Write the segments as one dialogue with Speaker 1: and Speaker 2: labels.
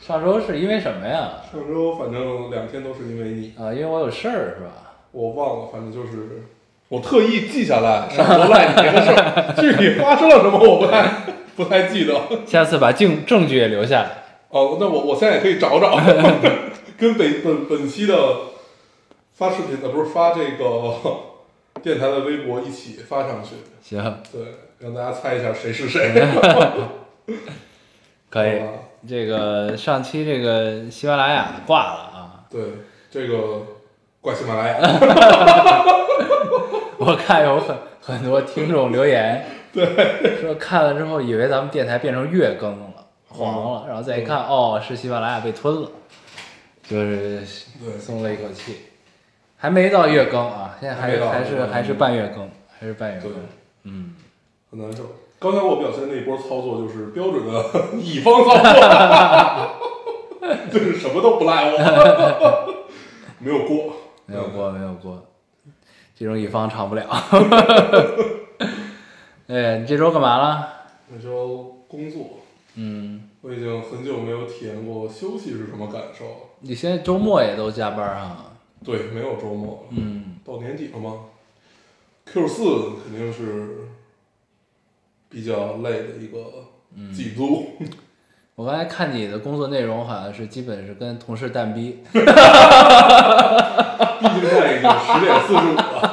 Speaker 1: 上周是因为什么呀？
Speaker 2: 上周反正两天都是因为你，
Speaker 1: 啊，因为我有事儿是吧？
Speaker 2: 我忘了，反正就是我特意记下来，上周赖你这个事儿，具体发生了什么我不太 不太记得。
Speaker 1: 下次把证证据也留下来。
Speaker 2: 哦，那我我现在也可以找找， 跟本本本期的发视频的呃不是发这个 电台的微博一起发上去，
Speaker 1: 行，
Speaker 2: 对，让大家猜一下谁是谁。
Speaker 1: 哎可以
Speaker 2: 好。吧
Speaker 1: 这个上期这个喜马拉雅挂了啊，
Speaker 2: 对，这个怪喜马拉雅，
Speaker 1: 我看有很很多听众留言， 对，说看了之后以为咱们电台变成月更了，黄了，然后再一看，哦，是喜马拉雅被吞了，就是
Speaker 2: 对，
Speaker 1: 松了一口气，还没到月更啊，现在还
Speaker 2: 还没到
Speaker 1: 还是
Speaker 2: 嗯
Speaker 1: 还是半月更，还是半月更
Speaker 2: 对。
Speaker 1: 嗯，
Speaker 2: 很难受。刚才我表现那一波操作就是标准的 乙方操作， 就是什么都不赖我， 没有过，
Speaker 1: 没有过，没有过，这种乙方长不了。 哎，你这周干嘛了？
Speaker 2: 那时候工作，
Speaker 1: 嗯，
Speaker 2: 我已经很久没有体验过休息是什么感受了。
Speaker 1: 你现在周末也都加班啊？
Speaker 2: 对，没有周末了，
Speaker 1: 嗯，
Speaker 2: 到年底了吗？Q 四肯定是比较累的一个季度，
Speaker 1: 我刚才看你的工作内容好像是基本是跟同事蛋 逼，
Speaker 2: 毕竟现在已经十点四十五了。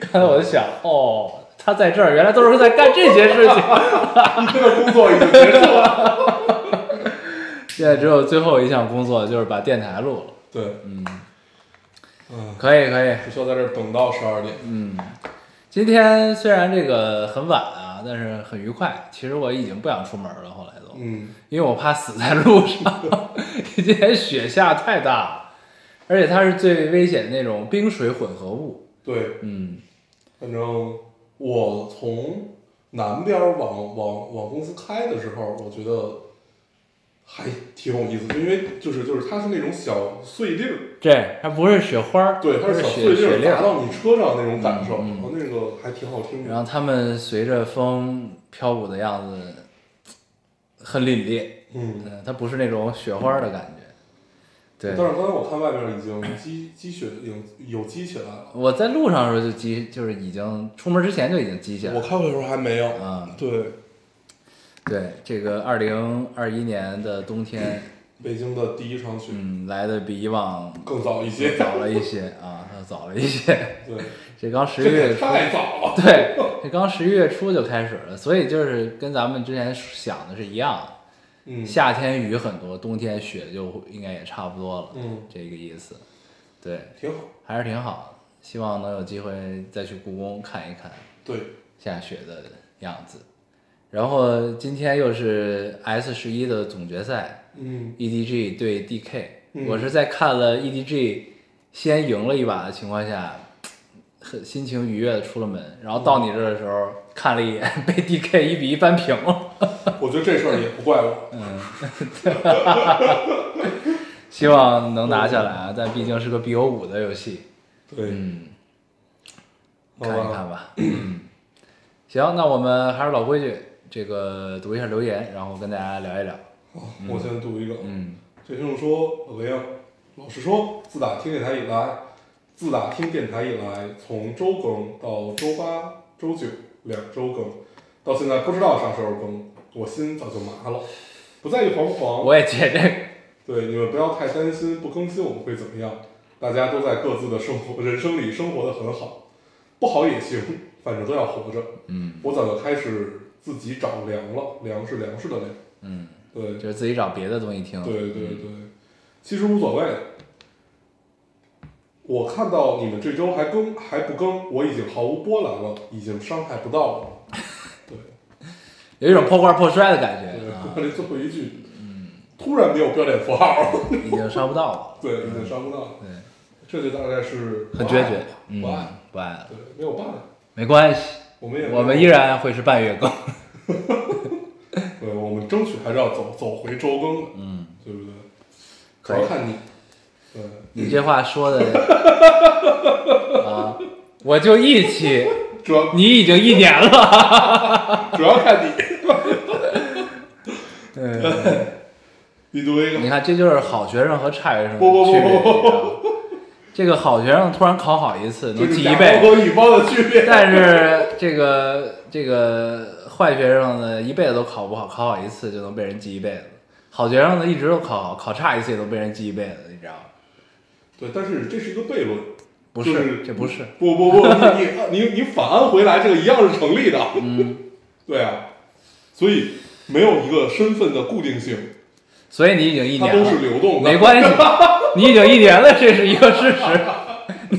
Speaker 1: 刚才我就想，哦，他在这儿，原来都是在干这些事情，
Speaker 2: 你这个工作已经结束了。
Speaker 1: 现在只有最后一项工作就是把电台录了。
Speaker 2: 对，
Speaker 1: 嗯，
Speaker 2: 嗯，
Speaker 1: 可以，可以。
Speaker 2: 不需要在这儿等到十二点。
Speaker 1: 嗯，今天虽然这个很晚啊，但是很愉快。其实我已经不想出门了，后来都，
Speaker 2: 嗯，
Speaker 1: 因为我怕死在路上。 今天雪下太大了，而且它是最危险的那种冰水混合物。
Speaker 2: 对，
Speaker 1: 嗯
Speaker 2: 反正我从南边儿往往往公司开的时候，我觉得还挺有意思，就因为就是就是它是那种小碎粒儿，
Speaker 1: 这它不是雪花儿，
Speaker 2: 对，它
Speaker 1: 它
Speaker 2: 是小
Speaker 1: 雪
Speaker 2: 碎粒
Speaker 1: 雪
Speaker 2: 儿
Speaker 1: 粒
Speaker 2: 砸
Speaker 1: 儿。
Speaker 2: 到你车上那种感受，
Speaker 1: 嗯嗯
Speaker 2: 然后那个还挺好听
Speaker 1: 然
Speaker 2: 的。
Speaker 1: 后它们随着风飘舞的样子很凛冽，
Speaker 2: 嗯，
Speaker 1: 嗯，它不是那种雪花儿的感觉。对
Speaker 2: 但，是刚才我看外边已经积积雪，已经有积起来了。
Speaker 1: 我在路上的时候就积，就是已经出门之前就已经积起来
Speaker 2: 我
Speaker 1: 了。
Speaker 2: 开会的时候还没有。
Speaker 1: 嗯，
Speaker 2: 对，
Speaker 1: 对，这个二零二一年的冬天，
Speaker 2: 北京的第一场雪
Speaker 1: 嗯，来的比以往
Speaker 2: 更早一些。
Speaker 1: 早了一些啊，早了一些。
Speaker 2: 对，
Speaker 1: 嗯这刚十
Speaker 2: 这
Speaker 1: 一
Speaker 2: 也
Speaker 1: 月初，
Speaker 2: 太早了。
Speaker 1: 对，这刚十一月初就开始了，所以就是跟咱们之前想的是一样的，
Speaker 2: 嗯
Speaker 1: 夏天雨很多，冬天雪就应该也差不多了，
Speaker 2: 嗯，
Speaker 1: 这个意思。对，
Speaker 2: 挺好。
Speaker 1: 还是挺好的，希望能有机会再去故宫看一看
Speaker 2: 对，
Speaker 1: 下雪的样子。然后今天又是 S 十一的总决赛，
Speaker 2: 嗯
Speaker 1: EDG E 对 DK，、
Speaker 2: 嗯
Speaker 1: 我是在看了 EDG 先赢了一把的情况下，很心情愉悦的出了门，然后到你这儿的时候、看了一眼， 被 DK 一比一扳平了。
Speaker 2: 我觉得这事儿也不怪我。
Speaker 1: 希望能拿下来
Speaker 2: 嗯
Speaker 1: 啊，但毕竟是个 BO 五的游戏，
Speaker 2: 对，
Speaker 1: 嗯，
Speaker 2: 好
Speaker 1: 看
Speaker 2: 吧
Speaker 1: 一看吧。嗯，行，那我们还是老规矩，这个读一下留言，然后跟大家聊一聊。
Speaker 2: 啊我先读一个。
Speaker 1: 嗯，
Speaker 2: 这听众说：“老雷啊，老实说，自打听电台以来，自打听电台以来，从周更到周八、周九两周更，到现在不知道啥时候更，我心早就麻了，不在意黄不黄。
Speaker 1: 我也觉得
Speaker 2: 对你们不要太担心不更新我们会怎么样，大家都在各自的生活人生里生活的很好，不好也行，反正都要活着。
Speaker 1: 嗯，
Speaker 2: 我早就开始自己找粮了，粮是粮食的粮。
Speaker 1: 嗯，
Speaker 2: 对，
Speaker 1: 就是自己找别的东西听。
Speaker 2: 对对对，其实无所谓。我看到你们这周还更还不更，我已经毫无波澜了，已经伤害不到我了。对，
Speaker 1: 有一种破罐破摔的感觉啊，
Speaker 2: 关键最后一句，
Speaker 1: 嗯
Speaker 2: 突然没有标点符号，
Speaker 1: 已经烧不到了，
Speaker 2: 对，已经伤不到，
Speaker 1: 对，
Speaker 2: 这就大概是
Speaker 1: 嗯很决绝，嗯，
Speaker 2: 不爱，
Speaker 1: 不爱了，
Speaker 2: 对，没有办法，
Speaker 1: 没关系，
Speaker 2: 我们也没有
Speaker 1: 我们依然会是半月 更，
Speaker 2: 对，我们争取还是要走走回周更的，
Speaker 1: 嗯，
Speaker 2: 对不对？主
Speaker 1: 可以
Speaker 2: 要看你，对，
Speaker 1: 你这话说的 啊，我就一期，
Speaker 2: 主要
Speaker 1: 你已经一年 了，
Speaker 2: 主要看你，
Speaker 1: 嗯，
Speaker 2: 你读一个
Speaker 1: 你，看这就是好学生和差学生
Speaker 2: 不
Speaker 1: 的
Speaker 2: 不不
Speaker 1: 区别，
Speaker 2: 不不
Speaker 1: 你知道吗这个好学生突然考好一次
Speaker 2: 就
Speaker 1: 能
Speaker 2: 是
Speaker 1: 记
Speaker 2: 甲
Speaker 1: 一
Speaker 2: 方
Speaker 1: 辈子，
Speaker 2: 和乙方的区别，
Speaker 1: 但是这个这个坏学生呢，一辈子都考不好，考好一次就能被人记一辈子。好学生呢，一直都考好，考差一次也能被人记一辈子，你知道吗？
Speaker 2: 对，但是这是一个悖论，
Speaker 1: 不，
Speaker 2: 就是是
Speaker 1: 这不是，
Speaker 2: 不不不，你你你反按回来，这个一样是成立的。
Speaker 1: 嗯，
Speaker 2: 对啊，所以没有一个身份的固定性，
Speaker 1: 所以你已经一
Speaker 2: 它
Speaker 1: 年了
Speaker 2: 都是，流动的。
Speaker 1: 没关系，你已经一年了，这是一个事实。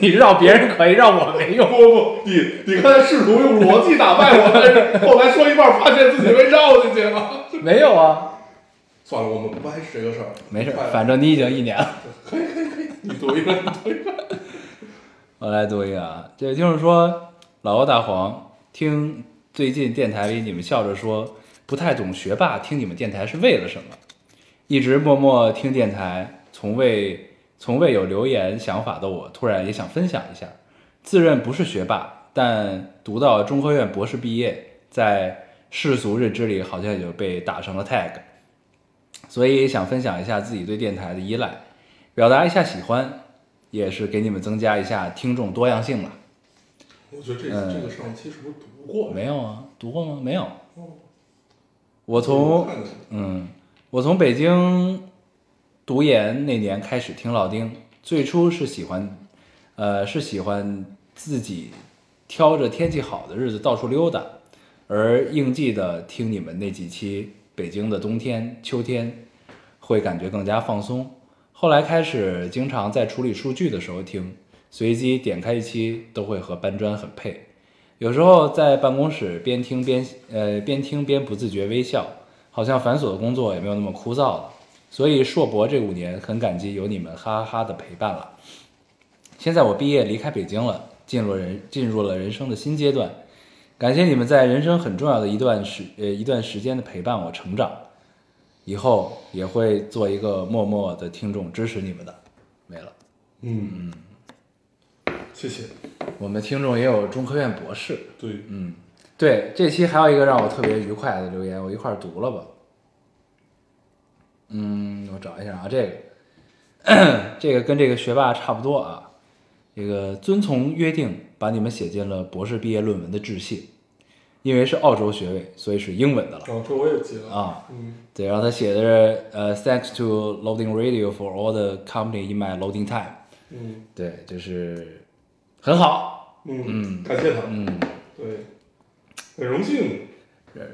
Speaker 1: 你让别人可以，让我没用。
Speaker 2: 不不，你你刚才试图用逻辑打败我，但是后来说一半，发现自己被绕进去了。
Speaker 1: 没有啊，
Speaker 2: 算了，我们不掰扯这个事儿。
Speaker 1: 没事，
Speaker 2: 快
Speaker 1: 反正你已经一年了。
Speaker 2: 你读一个， 你读一个。
Speaker 1: 我来读一个啊，这也就是说，老高大黄听最近电台里你们笑着说不太懂学霸听你们电台是为了什么，一直默默听电台，从未从未有留言想法的我，突然也想分享一下，自认不是学霸，但读到中科院博士毕业，在世俗认知里好像也就被打上了 tag，所以想分享一下自己对电台的依赖，表达一下喜欢，也是给你们增加一下听众多样性吧。
Speaker 2: 我觉得这
Speaker 1: 嗯
Speaker 2: 这个上期是不是读过呀？
Speaker 1: 没有啊，读过吗？没有
Speaker 2: 哦。
Speaker 1: 我从
Speaker 2: 看见了
Speaker 1: 嗯，我从北京读研那年开始听老丁，最初是喜欢，呃，是喜欢自己挑着天气好的日子到处溜达，而应季的听你们那几期北京的冬天、秋天，会感觉更加放松。后来开始经常在处理数据的时候听，随机点开一期都会和搬砖很配。有时候在办公室边听边呃边听边不自觉微笑，好像繁琐的工作也没有那么枯燥了。所以硕博这五年很感激有你们哈哈哈的陪伴了。现在我毕业离开北京了，进入人进入了人生的新阶段，感谢你们在人生很重要的一段时呃一段时间的陪伴我成长，以后也会做一个默默的听众支持你们的。没了，
Speaker 2: 嗯，谢谢。
Speaker 1: 我们听众也有中科院博士。
Speaker 2: 对，
Speaker 1: 嗯，对，这期还有一个让我特别愉快的留言，我一块儿读了吧。嗯，我找一下啊，这个， 这个跟这个学霸差不多啊。这个遵从约定，把你们写进了博士毕业论文的致谢，因为是澳洲学位，所以是英文的了
Speaker 2: 然后哦这我也记了。
Speaker 1: 啊。
Speaker 2: 嗯，
Speaker 1: 对，然后他写的是呃，thanks to loading radio for all the company in my loading time。
Speaker 2: 嗯
Speaker 1: 对，就是很好，
Speaker 2: 嗯，感谢他。
Speaker 1: 嗯。
Speaker 2: 对，很荣幸。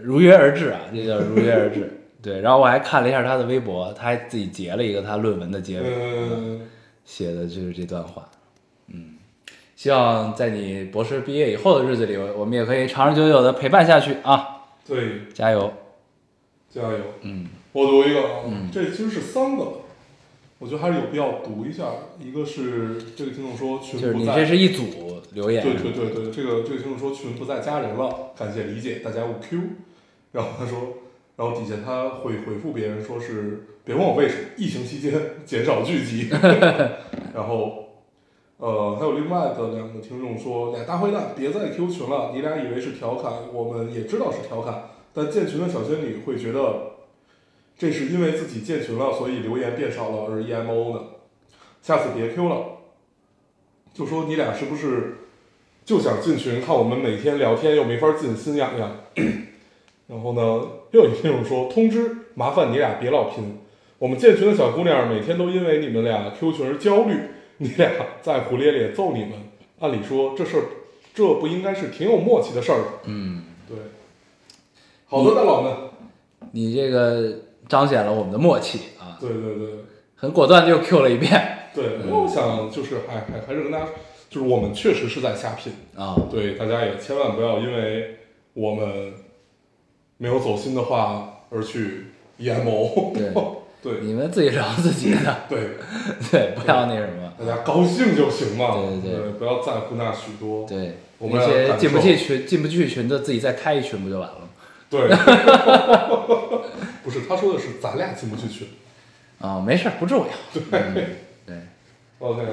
Speaker 1: 如约而至啊，这叫如约而至。 对，然后我还看了一下他的微博，他还自己截了一个他论文的结尾，
Speaker 2: 嗯，
Speaker 1: 写的就是这段话。嗯，希望在你博士毕业以后的日子里，我们也可以长长久久的陪伴下去啊！
Speaker 2: 对，
Speaker 1: 加油！
Speaker 2: 加油。
Speaker 1: 嗯，
Speaker 2: 我读一个啊，这其实是三个，我觉得还是有必要读一下。一个是这个听众说群
Speaker 1: 就是
Speaker 2: 不
Speaker 1: 你
Speaker 2: 在，
Speaker 1: 这是一组留言，
Speaker 2: 对对对对，这个这个听众说群不在家人了，感谢理解，大家五 Q。然后他说，然后底下他回回复别人说是别问我为什么，疫情期间 减少聚集。 然后，呃，还有另外的两个听众说，哎，大灰蛋别再 Q 群了，你俩以为是调侃，我们也知道是调侃，但建群的小仙女会觉得这是因为自己建群了，所以留言变少了而 emo 呢。下次别 Q 了，就说你俩是不是就想进群看我们每天聊天，又没法进，心痒痒。 然后呢，又有一个听众说，通知麻烦你俩别老拼，我们建群的小姑娘每天都因为你们俩 Q 群而焦虑， 你俩再胡咧咧揍你们。按理说这事儿，这不应该是挺有默契的事儿吗？
Speaker 1: 嗯，
Speaker 2: 对，好的，大佬们，
Speaker 1: 你这个彰显了我们的默契啊，
Speaker 2: 对对对
Speaker 1: 很果断地就 Q 了一遍
Speaker 2: 对，那我想就是还还还是跟大家，就是我们确实是在瞎拼，
Speaker 1: 啊，
Speaker 2: 对大家也千万不要因为我们没有走心的话而去研谋。
Speaker 1: 对，
Speaker 2: 对
Speaker 1: 你们自己聊自己的，
Speaker 2: 对，
Speaker 1: 对，不要那什么，
Speaker 2: 大家高兴就行嘛。
Speaker 1: 对对对
Speaker 2: 不要在乎那许多。
Speaker 1: 对，
Speaker 2: 我们
Speaker 1: 那些
Speaker 2: 感
Speaker 1: 进不
Speaker 2: 受
Speaker 1: 去群、进不去群的，自己再开一群不就完了吗？
Speaker 2: 对， 不是他说的是咱俩进不去群。
Speaker 1: 啊、没事儿，不重要。对、对，
Speaker 2: OK，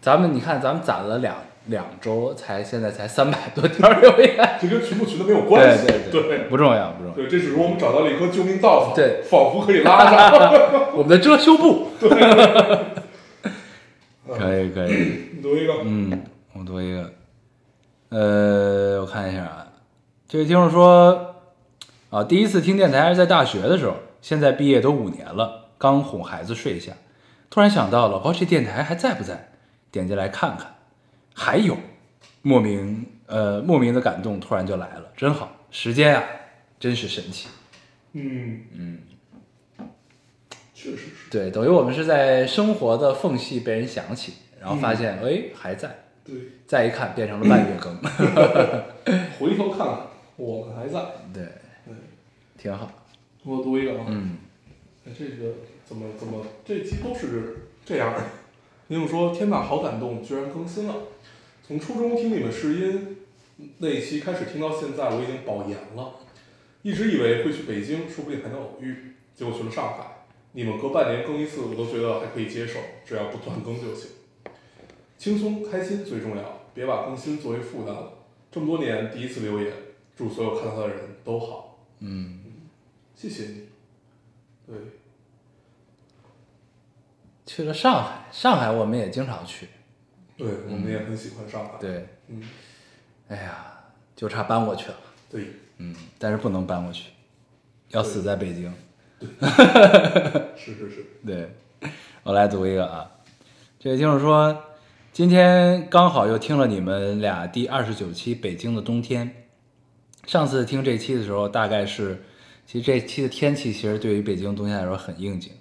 Speaker 1: 咱们你看，咱们攒了两两周，才现在才三百多条留言，
Speaker 2: 这跟群不群的没有 关系。
Speaker 1: 对
Speaker 2: 对
Speaker 1: 不重要，不重要。
Speaker 2: 对这只是我们找到了一棵救命稻草，
Speaker 1: 对
Speaker 2: 仿佛可以拉上。
Speaker 1: 我们的遮羞布， 可以可以。
Speaker 2: 你读一个，
Speaker 1: 嗯，我读一个，呃，我看一下啊，这位听众说，啊，第一次听电台还是在大学的时候，现在毕业都五年了，刚哄孩子睡下，突然想到老高这电台还在不在，点进来看看，还有，莫名呃莫名的感动突然就来了，真好，时间啊，真是神奇。
Speaker 2: 嗯嗯，确实是，
Speaker 1: 对，等于我们是在生活的缝隙被人想起，然后发现哎、还在，
Speaker 2: 对，
Speaker 1: 再一看变成了半月更，
Speaker 2: 回头看看，我们还在。
Speaker 1: 对，
Speaker 2: 对，
Speaker 1: 挺好。
Speaker 2: 我读一个啊，
Speaker 1: 嗯，
Speaker 2: 哎这个怎么怎么，这期都是这样的。你们说，天呐，好感动，居然更新了。从初中听你们试音那一期开始听到现在，我已经保研了，一直以为会去北京，说不定还能偶遇，结果去了上海。你们隔半年更一次，我都觉得还可以接受，只要不断更就行。轻松开心最重要，别把更新作为负担了。这么多年第一次留言，祝所有看到的人都好。
Speaker 1: 嗯，
Speaker 2: 谢谢你。对，
Speaker 1: 去了上海，上海我们也经常去。
Speaker 2: 对，我们也很喜欢上海。，
Speaker 1: 嗯对，
Speaker 2: 嗯，
Speaker 1: 哎呀，就差搬过去了。
Speaker 2: 对，
Speaker 1: 嗯，但是不能搬过去，要死在北京。
Speaker 2: 是是是，
Speaker 1: 对，我来读一个啊。这位听众说，今天刚好又听了你们俩第二十九期《北京的冬天》。上次听这期的时候，大概是，其实这期的天气其实对于北京冬天来说很应景。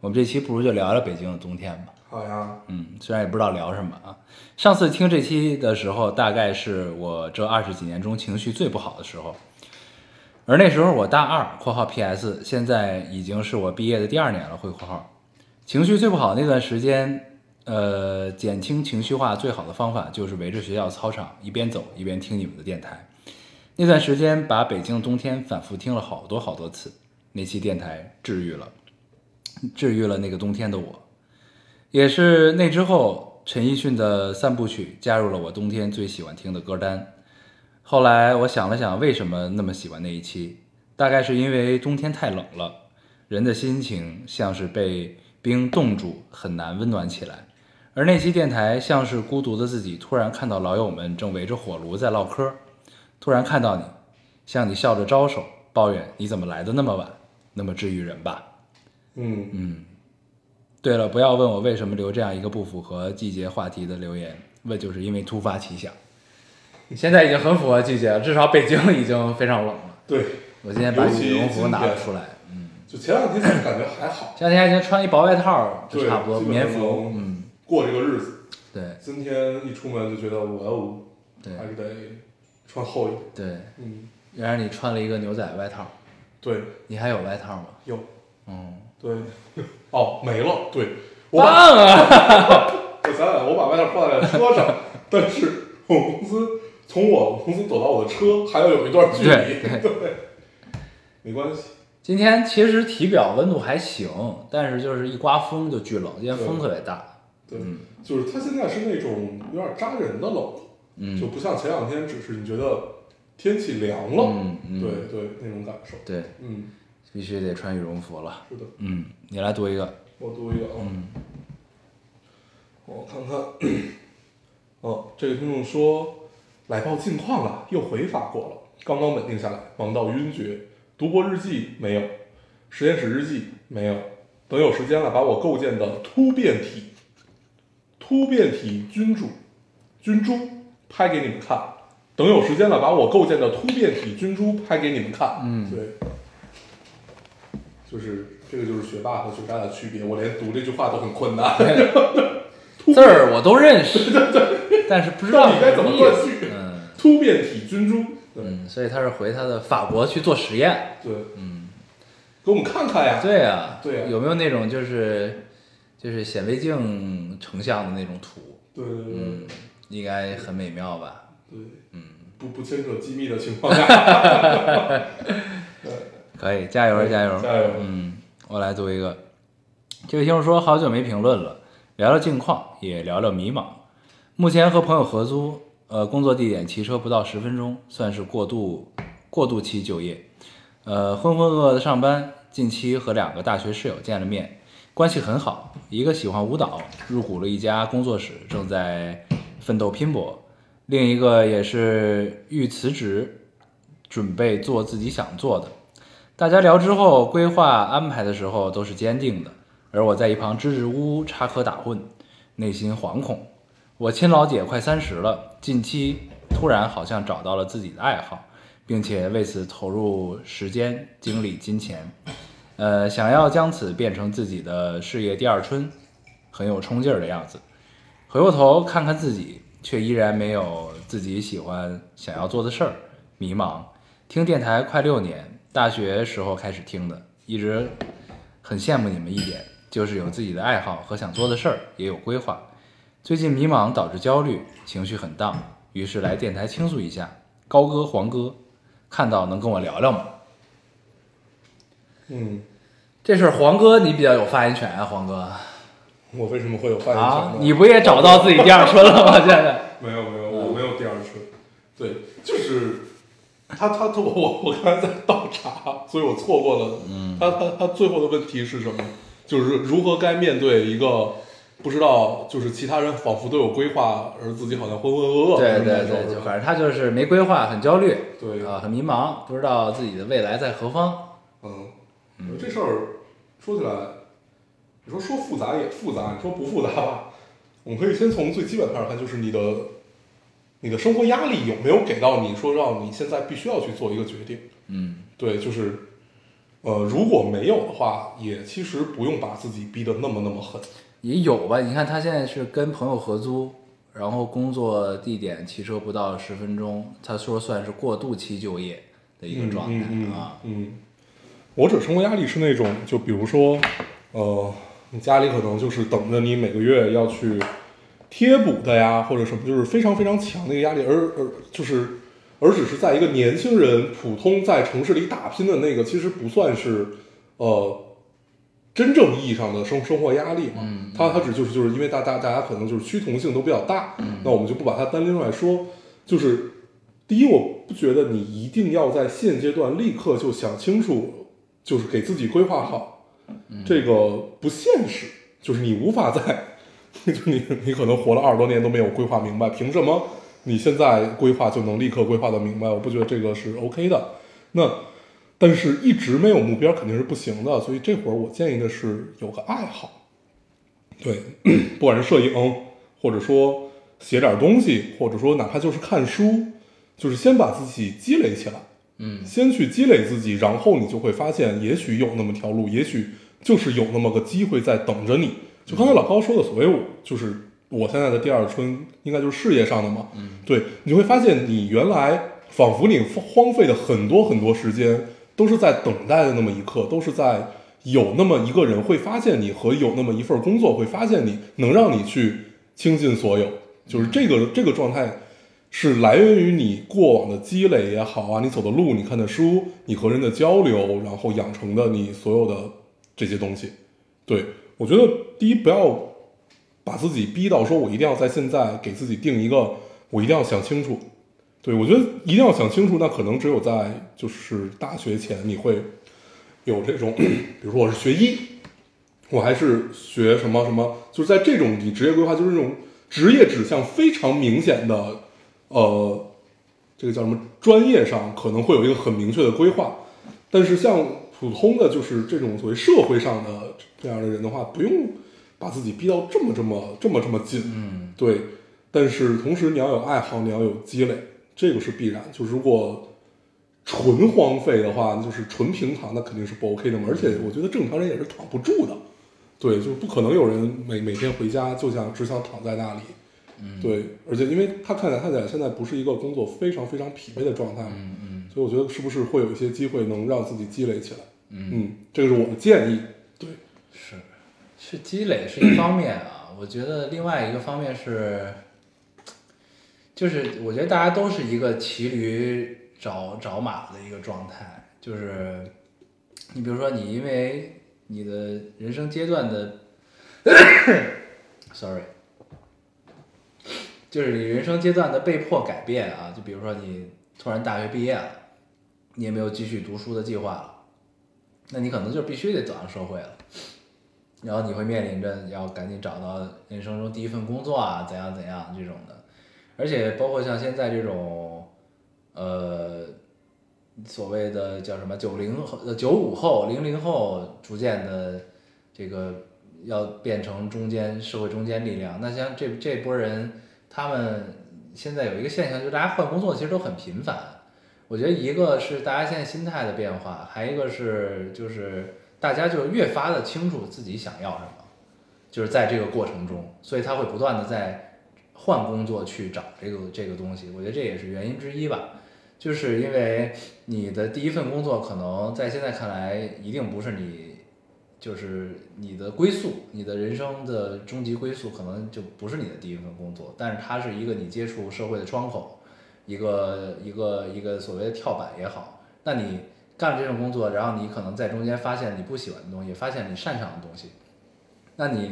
Speaker 1: 我们这期不如就聊聊北京的冬天吧。
Speaker 2: 好呀，
Speaker 1: 嗯，虽然也不知道聊什么啊。上次听这期的时候，大概是我这二十几年中情绪最不好的时候，而那时候我大二（括号 PS），现在已经是我毕业的第二年了，会括号。情绪最不好那段时间，呃，减轻情绪化最好的方法就是围着学校操场一边走一边听你们的电台。那段时间把《北京的冬天》反复听了好多好多次，那期电台治愈了，治愈了那个冬天的我。也是那之后，陈奕迅的三部曲加入了我冬天最喜欢听的歌单。后来我想了想，为什么那么喜欢那一期？大概是因为冬天太冷了，人的心情像是被冰冻住，很难温暖起来。而那期电台像是孤独的自己突然看到老友们正围着火炉在唠嗑，突然看到你，向你笑着招手，抱怨你怎么来的那么晚，那么治愈人吧。
Speaker 2: 嗯
Speaker 1: 对了，不要问我为什么留这样一个不符合季节话题的留言，问就是因为突发奇想。现在已经很符合季节了，至少北京已经非常冷了。
Speaker 2: 对，
Speaker 1: 我今天把
Speaker 2: 尤其
Speaker 1: 羽绒服
Speaker 2: 今
Speaker 1: 拿了
Speaker 2: 天
Speaker 1: 出来，
Speaker 2: 就前两天感觉还好，
Speaker 1: 夏天已经穿一薄外套就
Speaker 2: 对，
Speaker 1: 差不多，
Speaker 2: 基本
Speaker 1: 棉
Speaker 2: 上
Speaker 1: 服
Speaker 2: 能，
Speaker 1: 嗯，
Speaker 2: 过这个日子。
Speaker 1: 对
Speaker 2: 今天一出门就觉得，哇哦，
Speaker 1: 对
Speaker 2: 还是得穿厚一点。
Speaker 1: 对。
Speaker 2: 嗯，
Speaker 1: 原来你穿了一个牛仔外套，
Speaker 2: 对，
Speaker 1: 你还有外套吗？
Speaker 2: 有，
Speaker 1: 嗯，
Speaker 2: 对，哦，没了，对，我
Speaker 1: 棒
Speaker 2: 把
Speaker 1: 啊！
Speaker 2: 我想想，我把外套挂在车上， 但是我们公司从我公司走到我的车还要有一段距离，
Speaker 1: 对
Speaker 2: 对，没关系，
Speaker 1: 今天其实体表温度还行，但是就是一刮风就巨冷，今天风特别大。
Speaker 2: 对，就是它现在是那种有点扎人的冷，就
Speaker 1: 嗯
Speaker 2: 不像前两天，只是你觉得天气凉了，
Speaker 1: 嗯嗯，
Speaker 2: 对对，那种感受，
Speaker 1: 对，
Speaker 2: 嗯，
Speaker 1: 必须得穿羽绒服了。
Speaker 2: 是的，
Speaker 1: 嗯，你来读一个。
Speaker 2: 我读一个啊，
Speaker 1: 嗯
Speaker 2: 我看看，哦，这个听众说，来报近况了，又回法国了，刚刚稳定下来，忙到晕厥。读博日记没有，实验室日记没有，等有时间了，把我构建的突变体，突变体君主，君珠拍给你们看。等有时间了，把我构建的突变体君珠拍给你们看。
Speaker 1: 嗯
Speaker 2: 对，就是这个就是学霸和学渣的区别。我连读这句话都很困难。 突
Speaker 1: 字儿我都认识，但是不知道
Speaker 2: 到底该
Speaker 1: 什
Speaker 2: 怎
Speaker 1: 么
Speaker 2: 么
Speaker 1: 意
Speaker 2: 断
Speaker 1: 思
Speaker 2: 句
Speaker 1: 嗯
Speaker 2: 突变体君珠对
Speaker 1: 嗯，所以他是回他的法国去做实验。
Speaker 2: 对，嗯，给我们看看呀，
Speaker 1: 对啊，
Speaker 2: 对啊
Speaker 1: 有没有那种就是就是显微镜成像的那种图？
Speaker 2: 对对对
Speaker 1: 嗯，应该很美妙吧？
Speaker 2: 对，嗯，不不牵扯机密的情况 下，
Speaker 1: 可以，加油，加油，
Speaker 2: 加油
Speaker 1: 嗯，我来读一个。这位听众说，好久没评论了，聊聊近况，也聊聊迷茫。目前和朋友合租，呃，工作地点骑车不到十分钟，算是过渡过渡期就业。呃，浑浑噩噩的上班，近期和两个大学室友见了面，关系很好。一个喜欢舞蹈，入股了一家工作室，正在奋斗拼搏；另一个也是欲辞职，准备做自己想做的。大家聊之后，规划安排的时候都是坚定的，而我在一旁支支吾吾、插科打诨，内心惶恐。我亲老姐快三十了，近期突然好像找到了自己的爱好，并且为此投入时间、精力、金钱，呃，想要将此变成自己的事业第二春，很有冲劲儿的样子。回过头看看自己，却依然没有自己喜欢、想要做的事儿，迷茫。听电台快六年，大学时候开始听的，一直很羡慕你们一点，就是有自己的爱好和想做的事儿，也有规划。最近迷茫导致焦虑，情绪很荡，于是来电台倾诉一下。高歌黄歌，看到能跟我聊聊吗？
Speaker 2: 嗯，
Speaker 1: 这事儿黄哥你比较有发言权啊，黄哥
Speaker 2: 我为什么会有发言
Speaker 1: 啊
Speaker 2: 权呢？，
Speaker 1: 你不也找到自己第二春了吗？现在
Speaker 2: 没有没有，
Speaker 1: 嗯
Speaker 2: 我没有第二春。对，就是他他他我我我刚才在倒茶，所以我错过了。嗯，他他他最后的问题是什么？就是如何该面对一个不知道，就是其他人仿佛都有规划，而自己好像浑浑噩 噩。
Speaker 1: 对对
Speaker 2: 是吧
Speaker 1: 对，就反正他就是没规划，很焦虑，
Speaker 2: 对
Speaker 1: 啊，很迷茫，不知道自己的未来在何方。
Speaker 2: 嗯，我觉得这事儿说起来，你说说复杂也复杂，你说不复杂吧？我们可以先从最基本开始看，就是你的你的生活压力有没有给到你说让你现在必须要去做一个决定？
Speaker 1: 嗯
Speaker 2: 对，就是呃，如果没有的话，也其实不用把自己逼得那么那么狠。
Speaker 1: 也有吧，你看他现在是跟朋友合租，然后工作地点骑车不到十分钟，他说算是过渡期就业的一个状态、
Speaker 2: 嗯嗯
Speaker 1: 啊。
Speaker 2: 嗯，嗯我指生活压力是那种，就比如说，呃，你家里可能就是等着你每个月要去贴补的呀，或者什么，就是非常非常强的一个压力，而而就是而只是在一个年轻人普通在城市里打拼的那个，其实不算是呃。真正意义上的生生活压力嘛，它它只就是就是因为大大大家可能就是趋同性都比较大，那我们就不把它单拎出来说，就是第一，我不觉得你一定要在现阶段立刻就想清楚，就是给自己规划好，这个不现实，就是你无法在， 就是你你可能活了二十多年都没有规划明白，凭什么你现在规划就能立刻规划的明白？我不觉得这个是 OK 的。那但是一直没有目标肯定是不行的，所以这会儿我建议的是有个爱好，对， 不管是摄影，或者说写点东西，或者说哪怕就是看书，就是先把自己积累起来，
Speaker 1: 嗯
Speaker 2: 先去积累自己，然后你就会发现，也许有那么条路，也许就是有那么个机会在等着你。就刚才老高说的，所谓我就是我现在的第二春，应该就是事业上的嘛。嗯，对，你会发现你原来仿佛你荒废的很多很多时间，都是在等待的那么一刻，都是在有那么一个人会发现你和有那么一份工作会发现你，能让你去倾尽所有，就是这个这个状态。是来源于你过往的积累也好啊，你走的路、你看的书、你和人的交流，然后养成的你所有的这些东西。对我觉得，第一不要把自己逼到说我一定要在现在给自己定一个，我一定要想清楚。对我觉得一定要想清楚，那可能只有在就是大学前你会有这种， 比如说我是学医，我还是学什么什么，就是在这种你职业规划就是这种职业指向非常明显的，呃，这个叫什么专业上可能会有一个很明确的规划，但是像普通的就是这种所谓社会上的这样的人的话，不用把自己逼到这么这么这么这么紧，
Speaker 1: 嗯
Speaker 2: 对，但是同时你要有爱好，你要有积累，这个是必然。就如果纯荒废的话，就是纯平躺，那肯定是不 OK 的嘛。而且我觉得正常人也是躺不住的，对，就不可能有人每每天回家就想只想躺在那里，
Speaker 1: 嗯，
Speaker 2: 对，而且因为他看起来看起来现在不是一个工作非常非常疲惫的状态，
Speaker 1: 嗯嗯
Speaker 2: 所以我觉得是不是会有一些机会能让自己积累起来？
Speaker 1: 嗯，
Speaker 2: 嗯，这个是我的建议。对，
Speaker 1: 是是积累是一方面啊，我觉得另外一个方面是，就是我觉得大家都是一个骑驴找找马的一个状态，就是你比如说你因为你的人生阶段的，sorry，就是你人生阶段的被迫改变啊，就比如说你突然大学毕业了，你也没有继续读书的计划了，那你可能就必须得走上社会了。然后你会面临着要赶紧找到人生中第一份工作啊，怎样怎样这种的，而且包括像现在这种，呃，所谓的叫什么九零后、呃九五后、零零后，逐渐的这个要变成中间社会中间力量。那像这这波人，他们现在有一个现象，就是大家换工作其实都很频繁。我觉得一个是大家现在心态的变化，还一个是就是大家就越发的清楚自己想要什么，就是在这个过程中，所以他会不断的在换工作去找这个这个东西。我觉得这也是原因之一吧，就是因为你的第一份工作可能在现在看来一定不是你。就是你的归宿，你的人生的终极归宿可能就不是你的第一份工作，但是它是一个你接触社会的窗口，一个一个一个所谓的跳板也好，那你干了这种工作，然后你可能在中间发现你不喜欢的东西，发现你擅长的东西，那你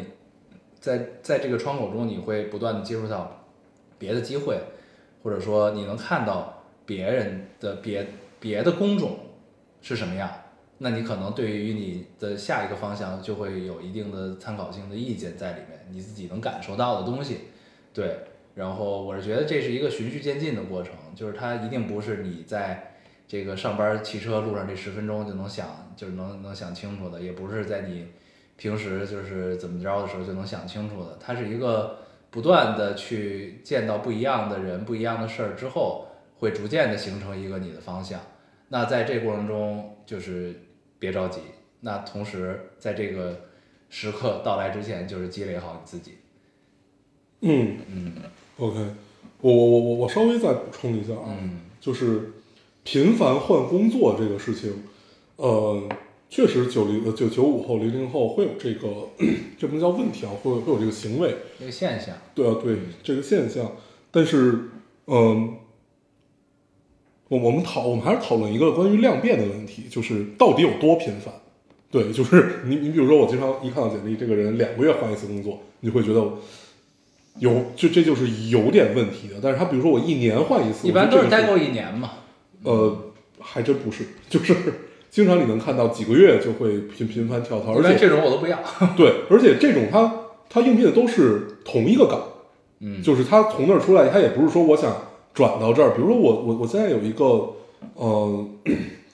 Speaker 1: 在在这个窗口中，你会不断的接触到别的机会，或者说你能看到别人的别别的工种是什么样，那你可能对于你的下一个方向就会有一定的参考性的意见在里面，你自己能感受到的东西，对，然后我是觉得这是一个循序渐进的过程，就是它一定不是你在这个上班骑车路上这十分钟就能想，就是能能想清楚的，也不是在你平时就是怎么着的时候就能想清楚的，它是一个不断的去见到不一样的人、不一样的事儿之后，会逐渐的形成一个你的方向。那在这过程中，就是别着急，那同时在这个时刻到来之前，就是积累好你自己。
Speaker 2: 嗯
Speaker 1: 嗯
Speaker 2: OK，我我我我我稍微再补充一下啊，
Speaker 1: 嗯
Speaker 2: 就是频繁换工作这个事情，呃，确实九零呃九九五后零零后会有这个， 这不能叫问题啊，会有会有这个行为，
Speaker 1: 这个现象，
Speaker 2: 对啊对这个现象，但是嗯，我我们讨我们还是讨论一个关于量变的问题，就是到底有多频繁。对，就是 你，你比如说，我经常一看到简历，这个人两个月换一次工作，你会觉得有，就这就是有点问题的。但是他比如说我一年换一次，
Speaker 1: 一般都是待
Speaker 2: 代
Speaker 1: 够一年嘛。
Speaker 2: 呃，还真不是， 就是经常你能看到几个月就会频频繁跳槽，而
Speaker 1: 一般
Speaker 2: 且
Speaker 1: 这种我都不要。
Speaker 2: 对，而且这种他他应聘的都是同一个岗，
Speaker 1: 嗯
Speaker 2: 就是他从那儿出来，他也不是说我想转到这儿。比如说我我我现在有一个，呃，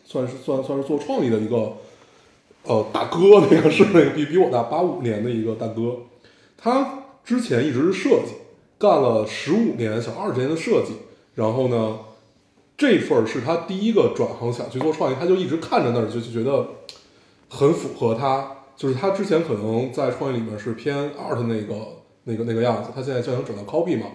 Speaker 2: 算是算算是做创意的一个，呃，大哥，那个是那个比比我大八五年的一个大哥，他之前一直是设计，干了十五年小二十年的设计，然后呢，这份儿是他第一个转行想去做创意，他就一直看着那儿就就觉得很符合他，就是他之前可能在创意里面是偏 art 那个那个那个样子，他现在就想转到 copy 嘛，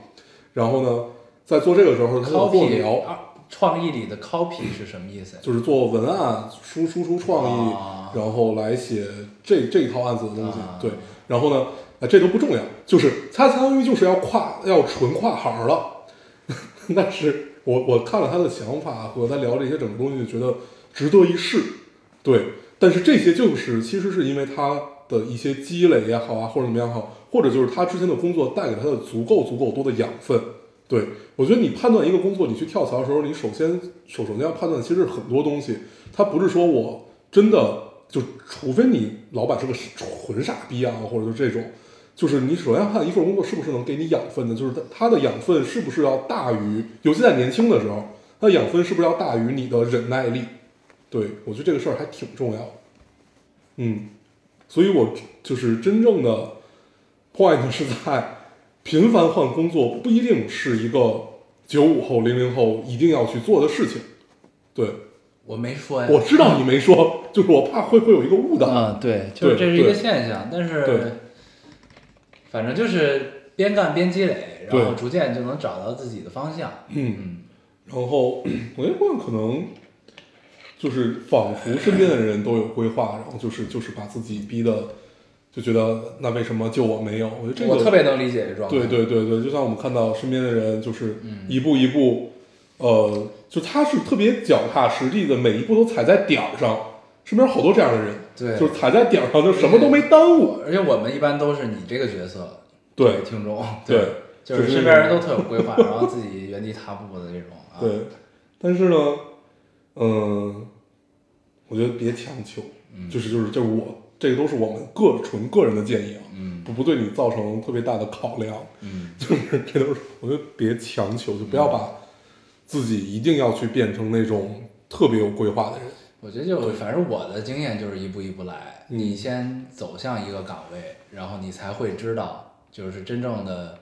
Speaker 2: 然后呢，在做这个时候他就跟我聊
Speaker 1: ，copy 啊创意里的 copy 是什么意思呀？
Speaker 2: 就是做文案、输输出创意，
Speaker 1: 啊
Speaker 2: 然后来写这这套案子的东西。
Speaker 1: 啊
Speaker 2: 对，然后呢，啊，这都不重要，就是他相当于就是要跨要纯跨行了。 但是我我看了他的想法和他聊这些整个东西，就觉得值得一试。对，但是这些就是其实是因为他的一些积累也好啊，或者怎么样也好，或者就是他之前的工作带给他的足够足够多的养分。对我觉得你判断一个工作，你去跳槽的时候，你首先首首先要判断其实很多东西，他不是说我真的就，除非你老板是个纯傻逼啊，或者就这种，就是你首先要看一份工作是不是能给你养分的，就是它它的养分是不是要大于，尤其在年轻的时候，它的养分是不是要大于你的忍耐力？对我觉得这个事儿还挺重要的，嗯，所以我就是真正的 point 是在频繁换工作不一定是一个九五后、零零后一定要去做的事情，对。
Speaker 1: 我没说呀。
Speaker 2: 我知道你没说，就是我怕会会有一个误导。
Speaker 1: 嗯，对，就是
Speaker 2: 对
Speaker 1: 这是一个
Speaker 2: 对
Speaker 1: 现象，但
Speaker 2: 对
Speaker 1: 是反正就是边干边积累，然
Speaker 2: 对
Speaker 1: 后逐渐就能找到自己的方向。
Speaker 2: 嗯，然后呃我觉得我可能就是仿佛身边的人都有规划，然后就是就是把自己逼的就觉得那为什么就我没有？我觉得这个
Speaker 1: 我特别能理解这状态。
Speaker 2: 对对对对，就像我们看到身边的人就是
Speaker 1: 嗯
Speaker 2: 一步一步，呃，就他是特别脚踏实地的，每一步都踩在点儿上。身边好多这样的人，
Speaker 1: 对
Speaker 2: 就是踩在点儿上就什么都没耽误。
Speaker 1: 而且我们一般都是你这个角色，
Speaker 2: 对
Speaker 1: 听众，
Speaker 2: 对
Speaker 1: 就
Speaker 2: 就是是
Speaker 1: 身边人都特有规划，然后自己原地踏步的这种啊。
Speaker 2: 对，但是呢，嗯、我觉得别强求，
Speaker 1: 嗯
Speaker 2: 就是就是就是我这个都是我们个纯个人的建议啊，
Speaker 1: 嗯
Speaker 2: 不不对你造成特别大的考量，
Speaker 1: 嗯，
Speaker 2: 就是这都是我觉得别强求，就不要把自己一定要去变成那种特别有规划的人，
Speaker 1: 我觉得就反正我的经验就是一步一步来，
Speaker 2: 嗯
Speaker 1: 你先走向一个岗位，然后你才会知道就是真正的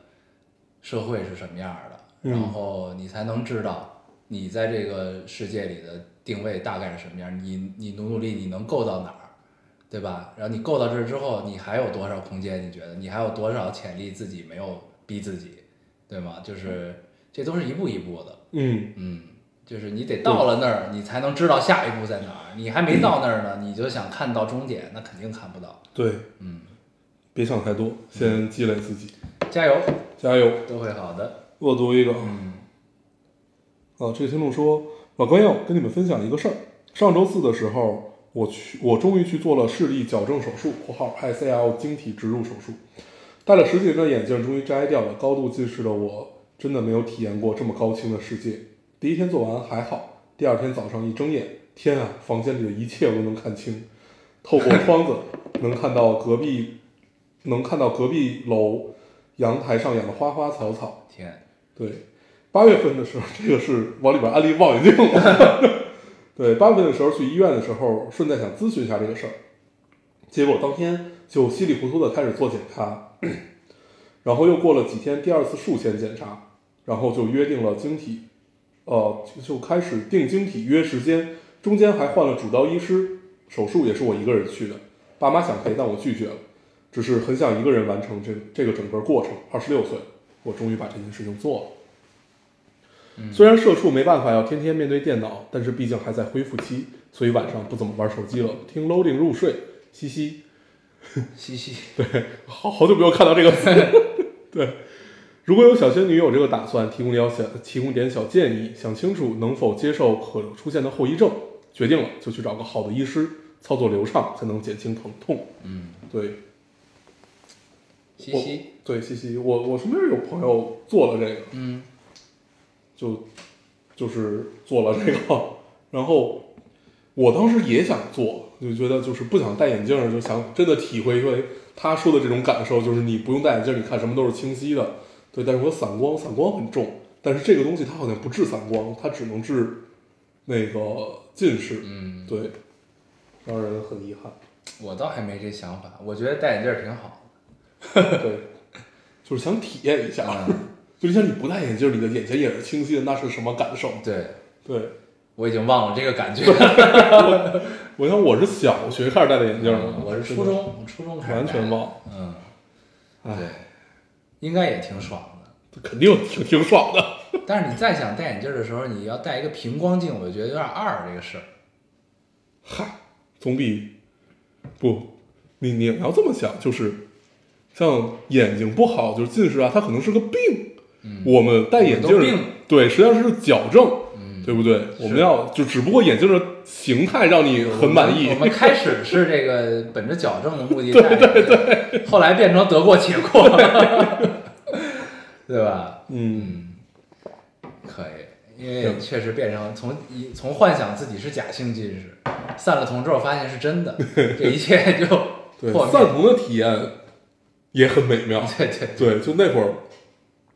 Speaker 1: 社会是什么样儿的，
Speaker 2: 嗯
Speaker 1: 然后你才能知道你在这个世界里的定位大概是什么样儿。你你努努力，你能够到哪儿，对吧？然后你够到这儿之后，你还有多少空间？你觉得你还有多少潜力自己没有逼自己，对吗？就是这都是一步一步的。
Speaker 2: 嗯，
Speaker 1: 嗯，就是你得到了那儿，你才能知道下一步在哪儿。你还没到那儿呢，你就想看到终点，那肯定看不到。
Speaker 2: 对，
Speaker 1: 嗯，
Speaker 2: 别想太多，先积累自己，
Speaker 1: 加油，
Speaker 2: 加油。
Speaker 1: 都会好的。
Speaker 2: 恶毒一个。嗯。啊，这个听众说，老朋友跟你们分享一个事儿。上周四的时候，我去，我终于去做了视力矫正手术（括号 ICL 晶体植入手术）。戴了十几年的眼镜终于摘掉了，高度近视的我真的没有体验过这么高清的世界。第一天做完还好，第二天早上一睁眼，天啊，房间里的一切我都能看清，透过窗子能看到隔壁，能看到隔壁楼阳台上养的花花草草，
Speaker 1: 天，
Speaker 2: 对，八月份的时候，这个是往里边安利望远镜了。 对，八月份的时候去医院的时候，顺带想咨询一下这个事儿，结果当天就稀里糊涂的开始做检查，然后又过了几天，第二次术前检查，然后就约定了晶体，呃，就就开始定晶体约时间，中间还换了主刀医师，手术也是我一个人去的，爸妈想陪，但我拒绝了，只是很想一个人完成这这个整个过程。二十六岁，我终于把这件事情做了。虽然社畜没办法要天天面对电脑，但是毕竟还在恢复期，所以晚上不怎么玩手机了，听 loading 入睡，嘻嘻。
Speaker 1: 嘻嘻，
Speaker 2: 好好久没有看到这个词。对，如果有小仙女有这个打算，提供点小提供点小建议，想清楚能否接受可能出现的后遗症，决定了就去找个好的医师，操作流畅才能减轻疼痛。
Speaker 1: 嗯，
Speaker 2: 对，
Speaker 1: 嘻
Speaker 2: 我
Speaker 1: 嘻，，
Speaker 2: 对，西西，我我身边有朋友做了这个，
Speaker 1: 嗯，
Speaker 2: 就就是做了这个，然后我当时也想做，就觉得就是不想戴眼镜儿，就想真的体会一回他说的这种感受，就是你不用戴眼镜儿，你看什么都是清晰的，对。但是我散光，散光很重，但是这个东西它好像不治散光，它只能治那个近视，
Speaker 1: 嗯，
Speaker 2: 对，让人很遗憾。
Speaker 1: 我倒还没这想法，我觉得戴眼镜儿挺好
Speaker 2: 对，就是想体验一下。
Speaker 1: 的。
Speaker 2: 就像你不戴眼镜，你的眼前也是清晰的，那是什么感受？
Speaker 1: 嗯，对，
Speaker 2: 对，
Speaker 1: 我已经忘了这个感觉 了。
Speaker 2: 我想我是小学开始戴的眼镜儿，
Speaker 1: 我是嗯初
Speaker 2: 真的
Speaker 1: 中，我初中开始戴
Speaker 2: 完
Speaker 1: 的
Speaker 2: 全。忘，
Speaker 1: 嗯，对
Speaker 2: 哎，，
Speaker 1: 应该也挺爽的。
Speaker 2: 肯定挺挺爽的。
Speaker 1: 但是你再想戴眼镜儿的时候，你要戴一个平光镜，我觉得有点二这个事儿。
Speaker 2: 嗨，总比不，你你要这么想，就是像眼睛不好，就是近视啊，它可能是个病。我们戴眼镜
Speaker 1: 嗯我们都病嗯
Speaker 2: 儿，对，实际上是矫正，对不对？我们要就只不过眼镜的形态让你很满意
Speaker 1: 我们。我们开始是这个本着矫正的目的戴对对对，后来变成得过且过， 对吧？
Speaker 2: 嗯，
Speaker 1: 嗯，可以，因为确实变成从一从幻想自己是假性近视，散了瞳之后发现是真的， 这一切就
Speaker 2: 对，
Speaker 1: 破
Speaker 2: 散
Speaker 1: 灭。
Speaker 2: 瞳的体验也很美妙。
Speaker 1: 对对，
Speaker 2: 对，就那会儿，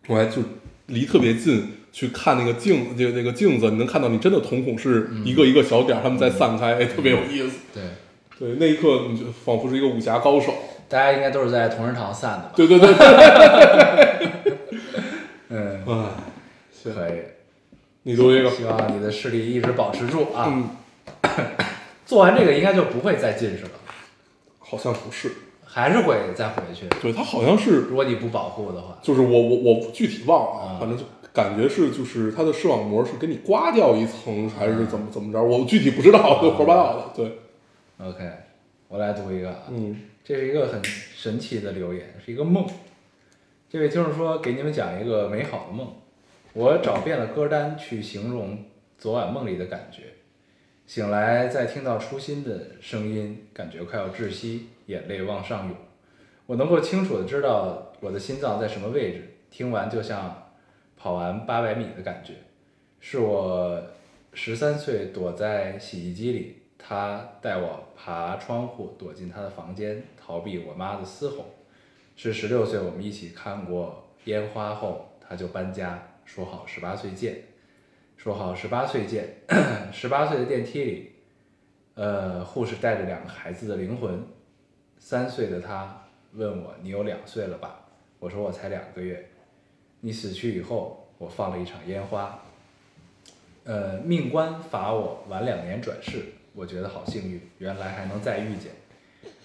Speaker 2: 我还就离特别近去看那个镜，这个那个镜子，你能看到你真的瞳孔是一个一个小点儿，他们在散开，哎，特别有意思。
Speaker 1: 对，
Speaker 2: 对，那一刻你就仿佛是一个武侠高手。
Speaker 1: 大家应该都是在同仁堂散的吧？
Speaker 2: 对对对，对
Speaker 1: 嗯，
Speaker 2: 哎，行，
Speaker 1: 可以。
Speaker 2: 你读一个，
Speaker 1: 希望你的视力一直保持住啊！
Speaker 2: 嗯，
Speaker 1: 做完这个应该就不会再近视了。
Speaker 2: 好像不是，
Speaker 1: 还是会再回去。
Speaker 2: 对他好像是
Speaker 1: 如果你不保护的话，
Speaker 2: 就是我我我具体忘了，
Speaker 1: 啊
Speaker 2: 啊，反正就感觉是就是它的视网膜是给你刮掉一层，还是怎么
Speaker 1: 啊
Speaker 2: 怎么着，我具体不知道，就胡说八道的。对，
Speaker 1: OK，我来读一个啊，
Speaker 2: 嗯
Speaker 1: 这是一个很神奇的留言，是一个梦。这位听众说，给你们讲一个美好的梦。我找遍了歌单去形容昨晚梦里的感觉，醒来再听到初心的声音，感觉快要窒息，眼泪往上涌。我能够清楚的知道我的心脏在什么位置，听完就像跑完八百米的感觉。是我十三岁躲在洗衣机里，他带我爬窗户躲进他的房间，逃避我妈的嘶吼。是十六岁我们一起看过烟花后，他就搬家，说好十八岁见，说好十八岁见。 十八岁的电梯里，呃，护士带着两个孩子的灵魂，三岁的他问我：“你有两岁了吧？”我说：“我才两个月。”你死去以后，我放了一场烟花，呃，命官罚我晚两年转世，我觉得好幸运，原来还能再遇见。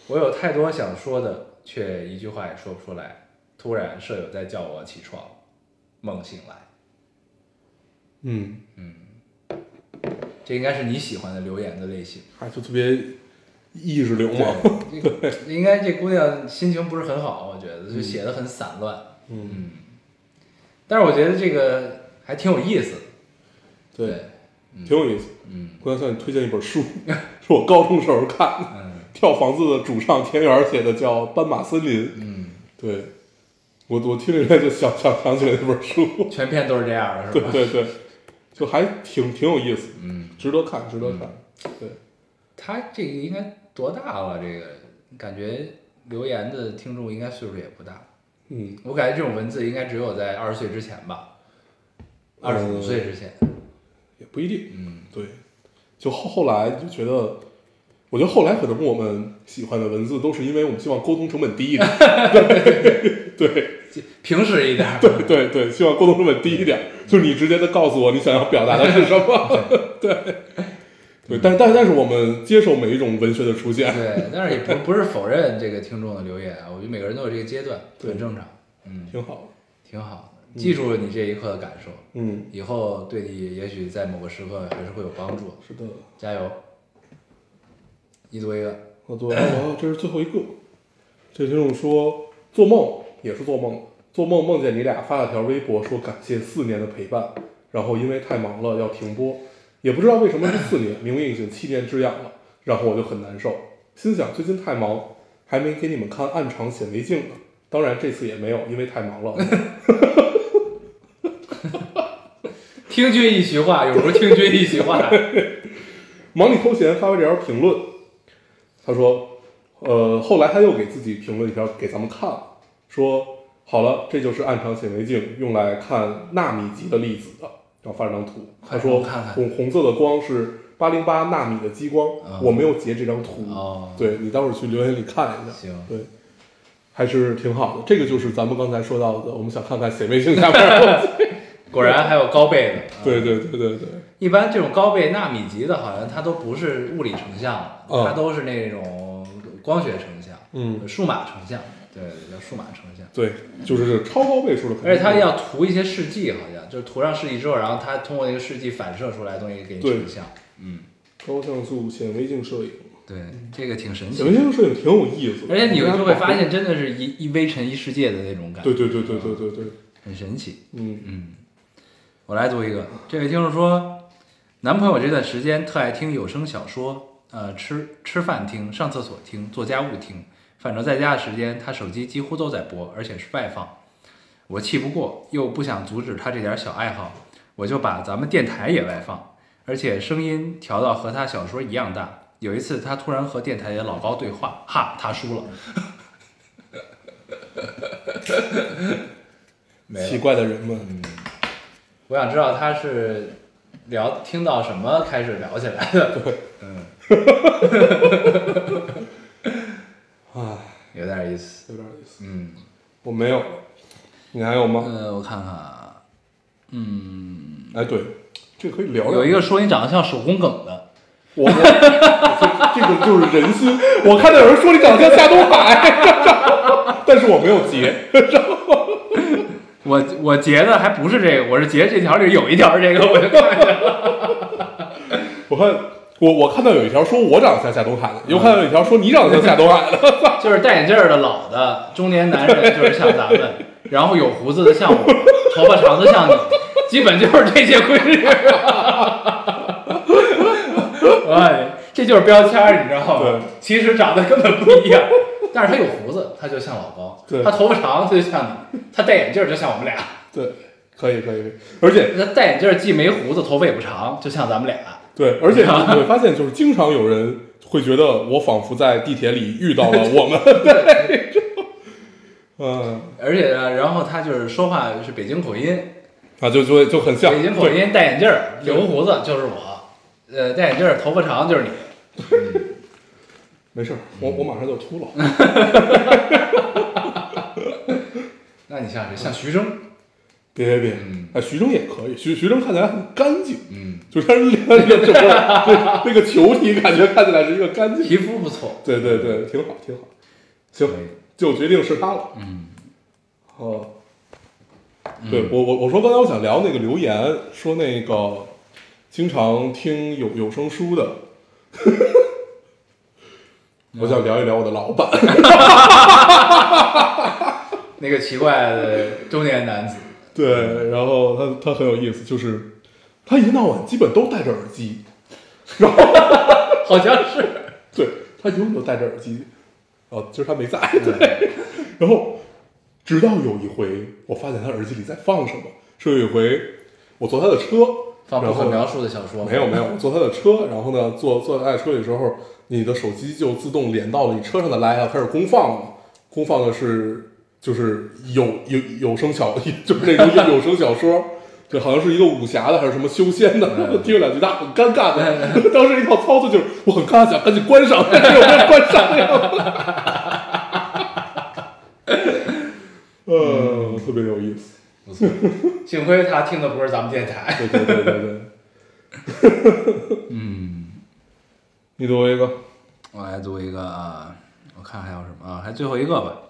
Speaker 1: 我有太多想说的，却一句话也说不出来。突然，舍友在叫我起床，梦醒来。
Speaker 2: 嗯，
Speaker 1: 这应该是你喜欢的留言的类型。
Speaker 2: 还哎就特别意识流嘛。
Speaker 1: 对，这个应该这姑娘心情不是很好，我觉得就写的很散乱。
Speaker 2: 嗯，
Speaker 1: 嗯，但是我觉得这个还挺有意思的。
Speaker 2: 对，，挺有意思。
Speaker 1: 嗯
Speaker 2: 刚才向你推荐一本书，是我高中时候看的，
Speaker 1: 嗯
Speaker 2: 跳房子的主唱田园写的，叫《斑马森林》。
Speaker 1: 嗯，
Speaker 2: 对，我我听着就想想想起来那本书。
Speaker 1: 全篇都是这样的，是
Speaker 2: 对
Speaker 1: 吧？
Speaker 2: 对对，就还挺挺有意思，
Speaker 1: 嗯，
Speaker 2: 值得看，值得看。对。
Speaker 1: 他这个应该多大了？这个感觉留言的听众应该岁数也不大，
Speaker 2: 嗯，
Speaker 1: 我感觉这种文字应该只有在二十岁之前吧，
Speaker 2: 呃
Speaker 1: 二十五岁之前。
Speaker 2: 也不一定。
Speaker 1: 嗯
Speaker 2: 对，就后后来就觉得，我觉得后来可能我们喜欢的文字都是因为我们希望沟通成本低一点。对对
Speaker 1: 平时一点。
Speaker 2: 对对对，希望沟通成本低一点，就是你直接的告诉我你想要表达的是什么。 对对，但但但是我们接受每一种文学的出现。
Speaker 1: 对，但是也不不是否认这个听众的留言啊，我觉得每个人都有这个阶段，
Speaker 2: 对嗯
Speaker 1: 很正常。嗯，
Speaker 2: 挺好的，
Speaker 1: 挺好的，记住了你这一刻的感受，
Speaker 2: 嗯，
Speaker 1: 以后对你也许在某个时刻还是会有帮助。
Speaker 2: 是的，
Speaker 1: 加油！一读一个，
Speaker 2: 我做，我这是最后一个。这听众说，做梦也是做梦，做梦梦见你俩发了条微博说感谢四年的陪伴，然后因为太忙了要停播，也不知道为什么是四年，明明已经七年之痒了，然后我就很难受，心想最近太忙，还没给你们看暗场显微镜呢。当然这次也没有，因为太忙了。
Speaker 1: 听君一席话，有如听君一席话。
Speaker 2: 忙里偷闲发了条评论，他说，呃，后来他又给自己评论一条给咱们看了，说好了，这就是暗场显微镜用来看纳米级的粒子的，然后发了张图，
Speaker 1: 快
Speaker 2: 他
Speaker 1: 让
Speaker 2: 说
Speaker 1: 我看看
Speaker 2: 红红色的光是八零八纳米的激光，
Speaker 1: 啊
Speaker 2: 我没有截这张图，
Speaker 1: 哦
Speaker 2: 对你待会儿去留言里看一下，
Speaker 1: 行
Speaker 2: 对。还是挺好的，这个就是咱们刚才说到的，我们想看看显微镜下面 的东西。
Speaker 1: 果然还有高倍的。啊
Speaker 2: 对对对对对，
Speaker 1: 一般这种高倍纳米级的，好像它都不是物理成像了，
Speaker 2: 嗯
Speaker 1: 它都是那种光学成像，
Speaker 2: 嗯，
Speaker 1: 数码成像，对，叫数码成像。
Speaker 2: 对，就是超高倍数的肯定是。
Speaker 1: 而且它要涂一些试剂，好像就是涂上试剂之后，然后它通过那个试剂反射出来的东西给你
Speaker 2: 对
Speaker 1: 成像。嗯，
Speaker 2: 高像素显微镜摄影，
Speaker 1: 对，这个挺神奇
Speaker 2: 显微
Speaker 1: 的。
Speaker 2: 镜摄影挺嗯有意思的，
Speaker 1: 而且你就会发
Speaker 2: 应该
Speaker 1: 现，真的是一一微尘一世界的那种感
Speaker 2: 好，
Speaker 1: 觉
Speaker 2: 对，对对对对对对，
Speaker 1: 很神奇。
Speaker 2: 嗯，
Speaker 1: 嗯，我来读一个。这位听众说，男朋友这段时间特爱听有声小说，呃，吃吃饭听，上厕所听，做家务听，反正在家的时间，他手机几乎都在播，而且是外放。我气不过，又不想阻止他这点小爱好，我就把咱们电台也外放，而且声音调到和他小说一样大。有一次，他突然和电台里的老高对话，哈，他输了。 没了
Speaker 2: 奇怪的人们，
Speaker 1: 我想知道他是聊听到什么开始聊起来 的，嗯，
Speaker 2: 唉，
Speaker 1: 有点意思，
Speaker 2: 有点意思，
Speaker 1: 嗯，
Speaker 2: 我没有，你还有吗？
Speaker 1: 呃，我看看啊，嗯，
Speaker 2: 哎，对，这可以聊聊，
Speaker 1: 有一个说你长得像手工梗的，
Speaker 2: 我我这这个就是人心。我看到有人说你长得像夏东海， 但是我没有截。
Speaker 1: 我我截的还不是这个，我是截这条里有一条这个，我就看见了。
Speaker 2: 我看我我看到有一条说我长得像夏东海的，又看到有一条说你长得像夏东海的。
Speaker 1: 就是戴眼镜儿的老的中年男人，就是像咱们，然后有胡子的像我，头发长的像你，基本就是这些规律。 哎，这就是标签儿，你知道吗
Speaker 2: 对？
Speaker 1: 其实长得根本不一样，但是他有胡子，他就像老高；
Speaker 2: 对
Speaker 1: 他头发长，他就像你；他戴眼镜儿，就像我们俩。
Speaker 2: 对，可以可以，可以而且
Speaker 1: 他戴眼镜儿既没胡子，头发也不长，就像咱们俩。
Speaker 2: 对，而且你会发现，就是经常有人会觉得我仿佛在地铁里遇到了我 们。对，嗯，
Speaker 1: 而且呢，然后他就是说话是北京口音，
Speaker 2: 啊，就就就很像
Speaker 1: 北京口音，戴眼镜儿，留胡子就是我，呃，戴眼镜儿，头发长就是你。
Speaker 2: 没事儿，我我马上就秃了。
Speaker 1: 那你像谁？像徐峥，
Speaker 2: 别别别
Speaker 1: 嗯，
Speaker 2: 哎，徐峥也可以，徐徐峥看起来很干净，
Speaker 1: 嗯，
Speaker 2: 就是他脸那个整个那那个球体感觉看起来是一个干净。
Speaker 1: 嗯皮肤不错，
Speaker 2: 对对对，挺好挺好。行
Speaker 1: 可以，
Speaker 2: 就决定是他了。
Speaker 1: 嗯，
Speaker 2: 哦，对我我我说刚才我想聊那个留言，说那个经常听有有声书的， 我想聊一聊我的老板。
Speaker 1: 那个奇怪的中年男子，
Speaker 2: 对，然后他他很有意思，就是他一到晚基本都戴着耳机，然后
Speaker 1: 好像是，
Speaker 2: 对他永远都戴着耳机，哦，今儿他没在，
Speaker 1: 嗯
Speaker 2: 对，然后直到有一回，我发现他耳机里在放什么，是有一回我坐他的车，
Speaker 1: 放不
Speaker 2: 然
Speaker 1: 可
Speaker 2: 后
Speaker 1: 描述的小说，
Speaker 2: 没有没有，我坐他的车，然后呢，坐坐在车里的时候，你的手机就自动连到了你车上的 Live，开始公放了嘛。公放的是就是有有有声小， 就是那种有有声小说，对，好像是一个武侠的还是什么修仙的，
Speaker 1: 嗯
Speaker 2: 听了两句，他很尴尬的。 当时一套操作就是我很尴尬，想赶紧关上， 但是有没有 关上呀？呃，特别有意思，
Speaker 1: 不错，幸亏他听的不是咱们电台。
Speaker 2: 对对对对对，
Speaker 1: 嗯，
Speaker 2: 你读一个，
Speaker 1: 我来读一个啊，我看还有什么啊？还最后一个吧。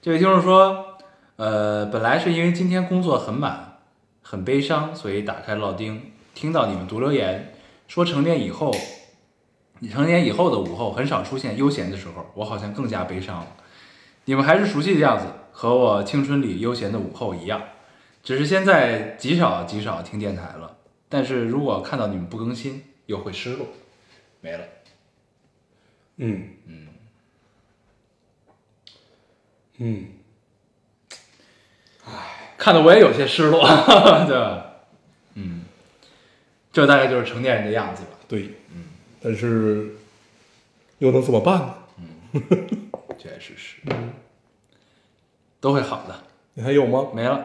Speaker 1: 这位听众说，呃，本来是因为今天工作很满，很悲伤，所以打开老丁，听到你们读留言，说成年以后，你成年以后的午后很少出现悠闲的时候，我好像更加悲伤了。你们还是熟悉的样子，和我青春里悠闲的午后一样，只是现在极少极少听电台了。但是如果看到你们不更新，又会失落。没了。
Speaker 2: 嗯嗯嗯。
Speaker 1: 看得我也有些失落，对吧？嗯，这大概就是成年人的样子吧。
Speaker 2: 对，嗯，但是又能怎么办呢？
Speaker 1: 确实是，都会好的，
Speaker 2: 你还有吗？
Speaker 1: 没了。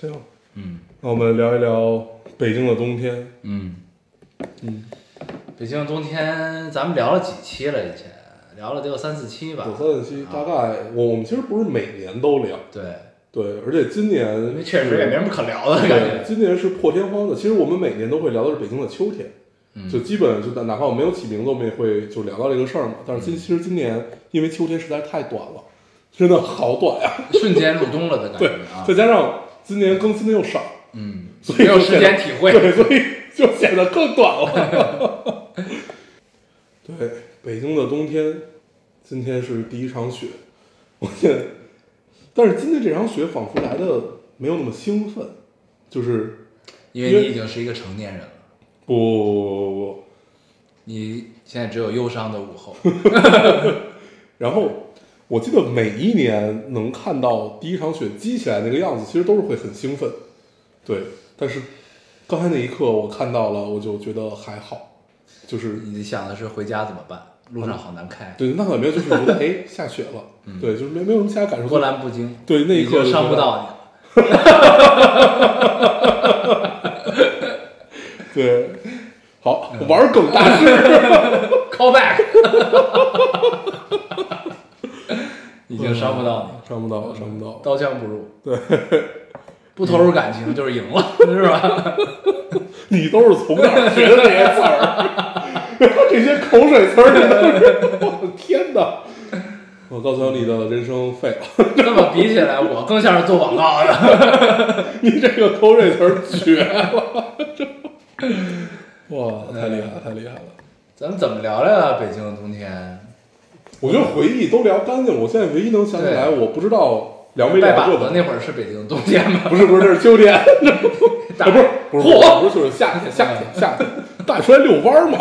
Speaker 2: 行，
Speaker 1: 嗯
Speaker 2: 那我们聊一聊北京的冬天。
Speaker 1: 嗯
Speaker 2: 嗯，
Speaker 1: 北京的冬天咱们聊了几期了？以前聊了得有三四期吧
Speaker 2: 有。三四期，大概我我们其实不是每年都聊，
Speaker 1: 对，
Speaker 2: 对，而且今
Speaker 1: 因
Speaker 2: 年
Speaker 1: 为确实也没什么可聊的感
Speaker 2: 对，
Speaker 1: 觉。
Speaker 2: 今年是破天荒的。其实我们每年都会聊的是北京的秋天，就基本就哪怕我没有起名字，我们也会就聊到这个事儿嘛。但是今其实今年因为秋天实在太短了，真的好短呀、
Speaker 1: 瞬间入冬了的感
Speaker 2: 对
Speaker 1: 觉啊，
Speaker 2: 再。加上今年更新的又少，
Speaker 1: 嗯，
Speaker 2: 所以
Speaker 1: 没有
Speaker 2: 就
Speaker 1: 时
Speaker 2: 显得
Speaker 1: 间体会。
Speaker 2: 对，所以就显得更短了。 对，北京的冬天，今天是第一场雪，我现在，但是今天这场雪仿佛来的没有那么兴奋，就是
Speaker 1: 因为你已经是一个成年人了，
Speaker 2: 不不不不不，
Speaker 1: 你现在只有忧伤的午后。
Speaker 2: 然后我记得每一年能看到第一场雪积起来那个样子，其实都是会很兴奋，对，但是刚才那一刻我看到了，我就觉得还好，就是
Speaker 1: 你想的是回家怎么办？路上好难开，
Speaker 2: 对，那倒没有，就是觉得哎下雪了，对，就是没没有什么其他感受。
Speaker 1: 波澜不惊。
Speaker 2: 对那一
Speaker 1: 你
Speaker 2: 刻
Speaker 1: 就
Speaker 2: 就
Speaker 1: 伤
Speaker 2: 觉
Speaker 1: 不
Speaker 2: 得
Speaker 1: 到你了。
Speaker 2: 对，好玩梗大师，
Speaker 1: Call back，已经伤不到你，
Speaker 2: 上不到，上不到。
Speaker 1: 刀枪不入。对，不投入感情就是赢了，是吧？
Speaker 2: 你都是从哪儿学的这些词儿？这些口水词儿，你都是我的天哪！我告诉你的人生废了，
Speaker 1: 这么比起来，我更像是做广告的。
Speaker 2: 你这个口水词儿绝了，哎这 哇，太厉害了，太厉害了！
Speaker 1: 咱们怎么聊聊啊？北京的冬天？
Speaker 2: 我觉得回忆都聊干净，我现在唯一能想起来，我不知道聊没
Speaker 1: 拜
Speaker 2: 聊
Speaker 1: 把
Speaker 2: 过
Speaker 1: 子
Speaker 2: 的，
Speaker 1: 那会儿是北京的冬天吗？
Speaker 2: 不是不是，这是秋天，
Speaker 1: 大
Speaker 2: 啊 不是不是
Speaker 1: 嚯
Speaker 2: 不是就是夏天夏天夏 天，大出来遛弯 儿嘛，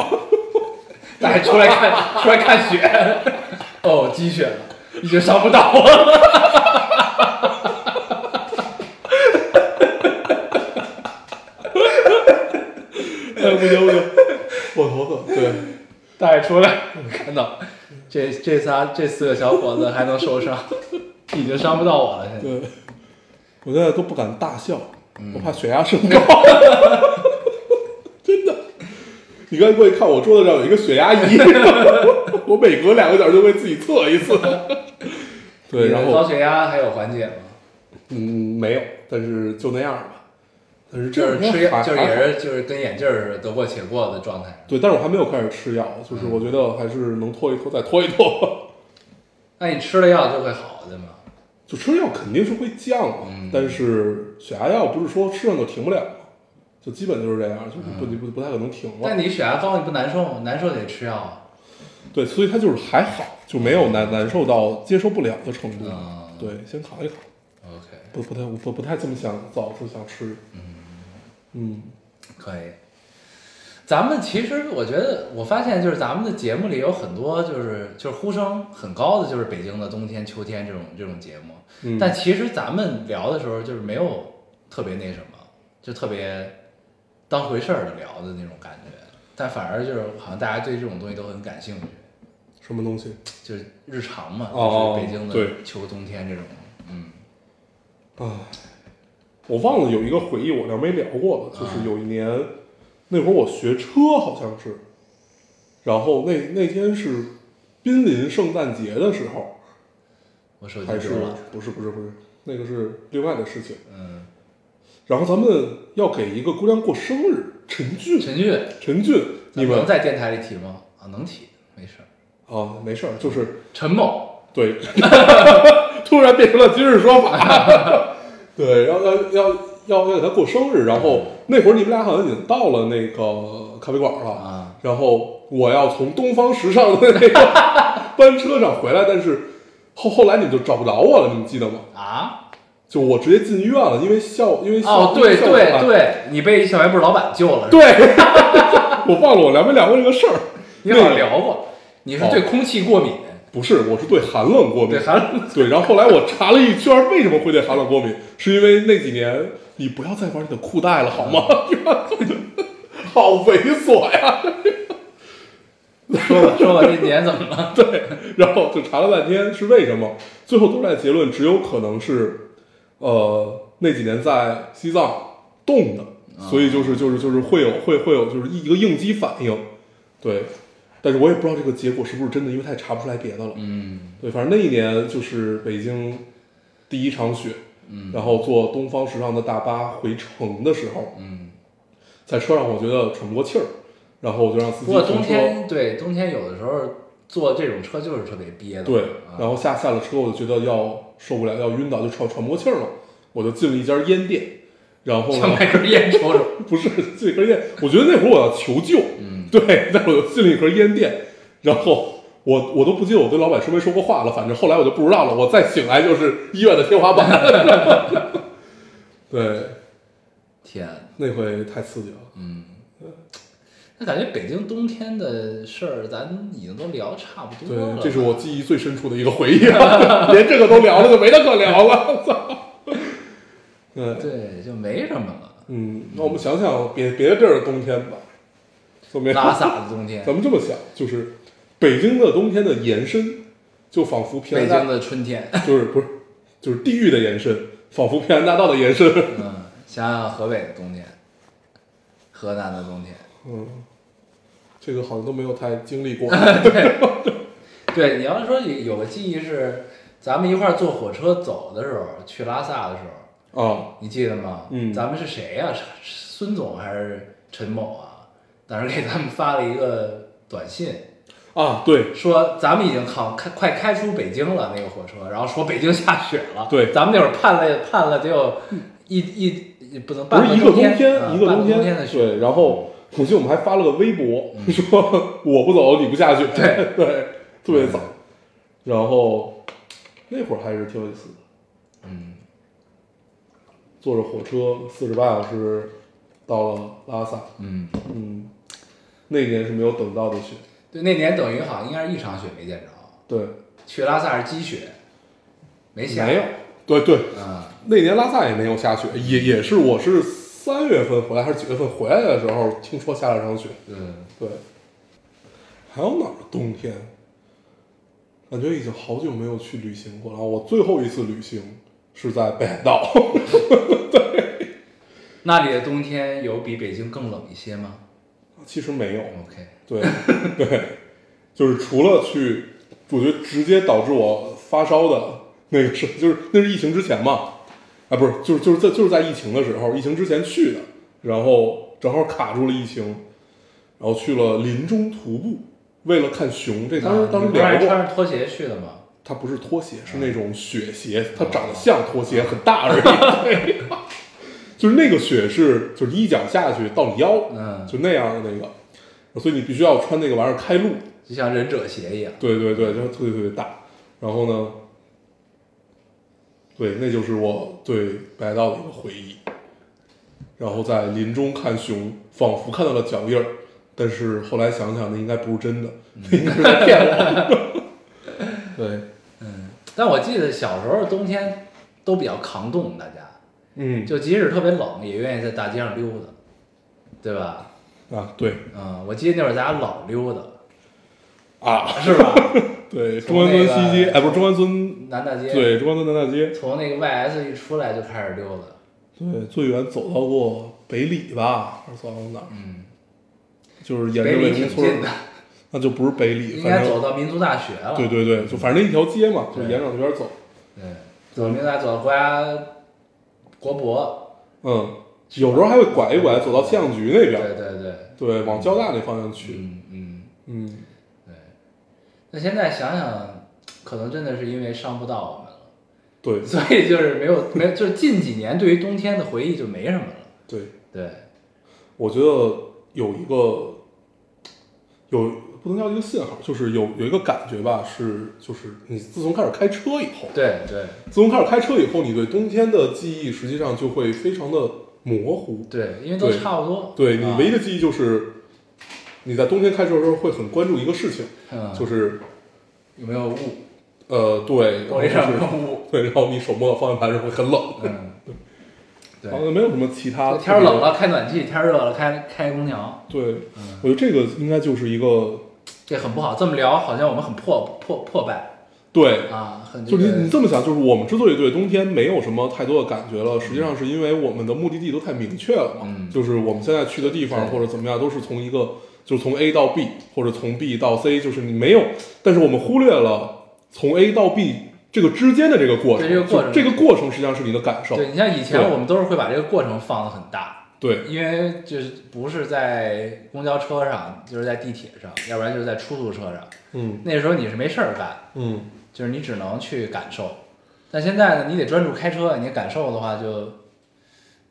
Speaker 1: 大 家出来看出来看雪，哦，积雪了，已经上不到了。
Speaker 2: 哎不行不行，我头疼，对。
Speaker 1: 大爷出来，看到这这仨这四个小伙子还能受伤，已经伤不到我了。现在
Speaker 2: 对，我现在都不敢大笑，我怕血压升高。 真的，你刚才过去看我桌子上有一个血压 仪，我每隔两个小时就会自己测一次。对，
Speaker 1: 你的
Speaker 2: 然
Speaker 1: 高
Speaker 2: 后
Speaker 1: 血压还有缓解吗？
Speaker 2: 嗯没有，但是就那样吧。但是
Speaker 1: 就
Speaker 2: 这
Speaker 1: 是吃药，就是也
Speaker 2: 是
Speaker 1: 是就是跟眼镜儿似的，得过且过的状态。
Speaker 2: 对，但是我还没有开始吃药，就是我觉得还是能拖一拖再拖一拖。
Speaker 1: 那你吃了药就会好，对吗？
Speaker 2: 就吃药肯定是会降的，
Speaker 1: 嗯
Speaker 2: 但是血压药不是说吃上就停不了了，就基本就是这样，就是不、不不太可能停了。
Speaker 1: 嗯但你血压高，你不难受吗？难受得吃药啊。
Speaker 2: 对，所以他就是还好，就没有难难受到接受不了的程度。
Speaker 1: 啊
Speaker 2: 嗯对，先扛一扛，
Speaker 1: OK，
Speaker 2: 不不太不不太这么想早就想吃。嗯
Speaker 1: 可以。咱们其实我觉得，我发现就是咱们的节目里有很多就是就是呼声很高的，就是北京的冬天、秋天这种这种节目。
Speaker 2: 嗯
Speaker 1: 但其实咱们聊的时候，就是没有特别那什么，就特别当回事儿的聊的那种感觉。但反而就是好像大家对这种东西都很感兴趣，
Speaker 2: 什么东西
Speaker 1: 就是日常嘛，
Speaker 2: 哦
Speaker 1: 就是北京的
Speaker 2: 对
Speaker 1: 秋冬天这种。嗯
Speaker 2: 啊？我忘了有一个回忆，我这没聊
Speaker 1: 啊
Speaker 2: 过了，就是有一年、那会儿我学车好像是，然后那那天是濒临圣诞节的时候，
Speaker 1: 我手
Speaker 2: 还
Speaker 1: 机
Speaker 2: 是
Speaker 1: 丢了。
Speaker 2: 不是不是不是，那个是另外的事情。
Speaker 1: 嗯，
Speaker 2: 然后咱们要给一个姑娘过生日，陈俊，
Speaker 1: 陈俊，
Speaker 2: 陈俊，你
Speaker 1: 咱
Speaker 2: 们
Speaker 1: 能在电台里提吗？啊，能提，没事儿。
Speaker 2: 啊，没事儿，就是
Speaker 1: 陈某，
Speaker 2: 对， 突然变成了今日说法。 对，要要要要要给他过生日，然
Speaker 1: 嗯
Speaker 2: 后那会儿你们俩好像已经到了那个咖啡馆了
Speaker 1: 啊，
Speaker 2: 然后我要从东方时尚的那个班车上回来，但是后后来你们就找不着我了，你们记得吗？
Speaker 1: 啊？
Speaker 2: 就我直接进医院了，因为校因为校
Speaker 1: 哦，对
Speaker 2: 校
Speaker 1: 对
Speaker 2: 园
Speaker 1: 对，你被小卖部老板救了，是吧
Speaker 2: 对， 我忘了我聊没聊过这个事儿。
Speaker 1: 你好哦像
Speaker 2: 那个
Speaker 1: 聊过，你是对空气过敏，
Speaker 2: 不是，我是对寒冷过敏，
Speaker 1: 对寒 冷
Speaker 2: 对，然后后来我查了一圈，为什么会对寒冷过敏，是因为那几年你不要再玩你的裤带了，好吗？好猥琐呀！
Speaker 1: 说吧说吧，这年怎么了？
Speaker 2: 对，然后就查了半天是为什么，最后得出来的结论只有可能是，呃，那几年在西藏冻的，所以就是就是就是会有会会有就是一一个应激反应，对，但是我也不知道这个结果是不是真的，因为他也查不出来别的了。
Speaker 1: 嗯
Speaker 2: 对，反正那一年就是北京第一场雪，
Speaker 1: 嗯
Speaker 2: 然后坐东方时尚的大巴回城的时候，
Speaker 1: 嗯。
Speaker 2: 在车上我觉得喘不过气儿，然后我就让司
Speaker 1: 不
Speaker 2: 机
Speaker 1: 过冬
Speaker 2: 停车。
Speaker 1: 天对冬天有的时候坐这种车就是特别憋的，
Speaker 2: 对，然
Speaker 1: 啊
Speaker 2: 后下下了车我就觉得要受不了，要晕倒，就喘喘不过气儿了，我就进了一家烟店，然后
Speaker 1: 想
Speaker 2: 呢，
Speaker 1: 买根烟抽抽，
Speaker 2: 不是进了一根烟，我觉得那会儿我要求救，
Speaker 1: 嗯，
Speaker 2: 对，但是我就进了一盒烟店，然后我我都不记得我跟老板说没说过话了，反正后来我就不知道了。我再醒来就是医院的天花板。 对，
Speaker 1: 天，
Speaker 2: 那回太刺激了。
Speaker 1: 嗯。那感觉北京冬天的事儿，咱已经都聊差不多了
Speaker 2: 对，
Speaker 1: 吧。
Speaker 2: 这是我记忆最深处的一个回忆啊，连这个都聊了， 就没得可聊了。操！对，
Speaker 1: 对，就没什么了。
Speaker 2: 嗯，那我们想想别别的地儿的冬天吧，怎么样？
Speaker 1: 拉萨的冬天，
Speaker 2: 咱们这么想，就是北京的冬天的延伸，就仿佛平
Speaker 1: 北
Speaker 2: 安大
Speaker 1: 京的春天，
Speaker 2: 就是不是就是地狱的延伸，仿佛平安大道的延伸。
Speaker 1: 嗯，想想河北的冬天，河南的冬天，
Speaker 2: 嗯，这个好像都没有太 经历过。
Speaker 1: 对，你要是说有有个记忆是，咱们一块儿坐火车走的时候，去拉萨的时候，
Speaker 2: 啊，
Speaker 1: 你记得吗？
Speaker 2: 嗯
Speaker 1: 咱们是谁呀、是孙总还是陈某啊？当时给咱们发了一个短信
Speaker 2: 啊，对
Speaker 1: 说咱们已经靠开快开出北京了那个火车，然后说北京下雪了。
Speaker 2: 对
Speaker 1: 咱们那会儿盼了盼了得有一一不能
Speaker 2: 不
Speaker 1: 半
Speaker 2: 是一个
Speaker 1: 冬
Speaker 2: 冬天，
Speaker 1: 啊
Speaker 2: 一个
Speaker 1: 半
Speaker 2: 冬
Speaker 1: 冬天的雪。
Speaker 2: 对，然后孔庆我们还发了个微博，说我不走，你不下雪，
Speaker 1: 对嗯
Speaker 2: 对，特别早。然后那会儿还是挺有意思的，
Speaker 1: 嗯，
Speaker 2: 坐着火车四十八小时到了拉萨，
Speaker 1: 嗯，
Speaker 2: 嗯，那年是没有等到的雪，
Speaker 1: 对，那年等于好像应该是一场雪没见着，
Speaker 2: 对，
Speaker 1: 去拉萨是积雪，没下。
Speaker 2: 没有，对对，
Speaker 1: 嗯
Speaker 2: 那年拉萨也没有下雪，也也是我是三月份回来还是几月份回来的时候，听说下了场雪，
Speaker 1: 嗯，
Speaker 2: 对，还有哪儿的冬天？感觉已经好久没有去旅行过了。我最后一次旅行是在北海道，
Speaker 1: 那里的冬天有比北京更冷一些吗
Speaker 2: 其实没有。
Speaker 1: ？OK，
Speaker 2: 对对，就是除了去，我觉得直接导致我发烧的那个是，就是那是疫情之前嘛，啊，不是，就是就是在就是在疫情的时候，疫情之前去的，然后正好卡住了疫情，然后去了林中徒步，为了看熊，这当时当
Speaker 1: 啊你
Speaker 2: 时
Speaker 1: 不是还
Speaker 2: 聊过。
Speaker 1: 穿着拖鞋去的吗？
Speaker 2: 它不是拖鞋，是那种雪鞋，它长得像拖鞋，很大而已。对就是那个雪是，就是一脚下去到你腰，
Speaker 1: 嗯
Speaker 2: 就那样的那个，所以你必须要穿那个玩意儿开路。
Speaker 1: 就像忍者鞋一 样。
Speaker 2: 对对对，就是特别特别大。然后呢，对，那就是我对北海道的一个回忆。然后在林中看熊，仿佛看到了脚印儿，但是后来想想，那应该不是真的，那应该是在骗我。对，
Speaker 1: 但我记得小时候冬天都比较抗冻，大家
Speaker 2: 嗯，
Speaker 1: 就即使特别冷，也愿意在大街上溜达，对吧？
Speaker 2: 啊，对
Speaker 1: 嗯，我记得那会儿大家老溜达，
Speaker 2: 啊，
Speaker 1: 是吧？
Speaker 2: 对，中
Speaker 1: 从
Speaker 2: 关
Speaker 1: 那
Speaker 2: 村
Speaker 1: 个
Speaker 2: 西街，哎，不是中关村，
Speaker 1: 南大街，，
Speaker 2: 对，中关村南大街，
Speaker 1: 从那个 YS 一出来就开始溜达。
Speaker 2: 对，最远走到过北里吧，还是走到哪儿？
Speaker 1: 嗯，
Speaker 2: 就是沿
Speaker 1: 北
Speaker 2: 着
Speaker 1: 里
Speaker 2: 卫
Speaker 1: 挺
Speaker 2: 红
Speaker 1: 近
Speaker 2: 村
Speaker 1: 的，，
Speaker 2: 那就不是北里，
Speaker 1: 应
Speaker 2: 反
Speaker 1: 该
Speaker 2: 正
Speaker 1: 走到民族大学了。
Speaker 2: 对对对，就反正那一条街嘛，就
Speaker 1: 对
Speaker 2: 沿着往那边走，
Speaker 1: 对，走到民族大，走到国家国博，
Speaker 2: 嗯，有时候还会拐一拐，走到气象局那
Speaker 1: 对
Speaker 2: 边，
Speaker 1: 对对，
Speaker 2: 对，往交大那方向去，
Speaker 1: 嗯嗯。
Speaker 2: 嗯，
Speaker 1: 那现在想想，可能真的是因为伤不到我们了。
Speaker 2: 对
Speaker 1: 所以就是没有没有就是近几年对于冬天的回忆就没什么了。
Speaker 2: 对，
Speaker 1: 对，
Speaker 2: 我觉得有一个有不能叫一个信号，就是有有一个感觉吧，是就是你自从开始开车以后，
Speaker 1: 对对
Speaker 2: 自从开始开车以后，你对冬天的记忆实际上就会非常的模糊。
Speaker 1: 对，因为都
Speaker 2: 对
Speaker 1: 差不多。
Speaker 2: 对你
Speaker 1: 啊
Speaker 2: 唯一的记忆就是，你在冬天开车的时候会很关注一个事情，
Speaker 1: 嗯
Speaker 2: 就是
Speaker 1: 有没有雾？
Speaker 2: 呃，对，然后
Speaker 1: 玻璃上有没
Speaker 2: 就是
Speaker 1: 有雾？
Speaker 2: 对，然后你手摸到方向盘的时候会很冷，
Speaker 1: 嗯，对
Speaker 2: 好。像没有什么其他。
Speaker 1: 天儿冷，了嗯开暖气，天儿热了开开空调，
Speaker 2: 对，我觉得这个应该就是一个
Speaker 1: 这很不好。这么聊好像我们很破破破败
Speaker 2: 对
Speaker 1: 啊，很
Speaker 2: 就
Speaker 1: 这
Speaker 2: 是你你
Speaker 1: 个
Speaker 2: 这么想，就是我们之所以对冬天没有什么太多的感觉了，实际上是因为我们的目的地都太明确了嘛。
Speaker 1: 嗯
Speaker 2: 就是我们现在去的地方
Speaker 1: 对
Speaker 2: 或者怎么样，都是从一个就是从 A 到 B 或者从 B 到 C，就是你没有，但是我们忽略了从 A 到 B 这个之间的这个过程。
Speaker 1: 对这个过程
Speaker 2: 就这个过程实际上是你的感受。
Speaker 1: 对你像以前
Speaker 2: 对
Speaker 1: 我们都是会把这个过程放得很大，
Speaker 2: 对
Speaker 1: 因为就是不是在公交车上，就是在地铁上，要不然就是在出租车上。
Speaker 2: 嗯
Speaker 1: 那时候你是没事儿干，
Speaker 2: 嗯，
Speaker 1: 就是你只能去感受。但现在呢，你得专注开车，你感受的话就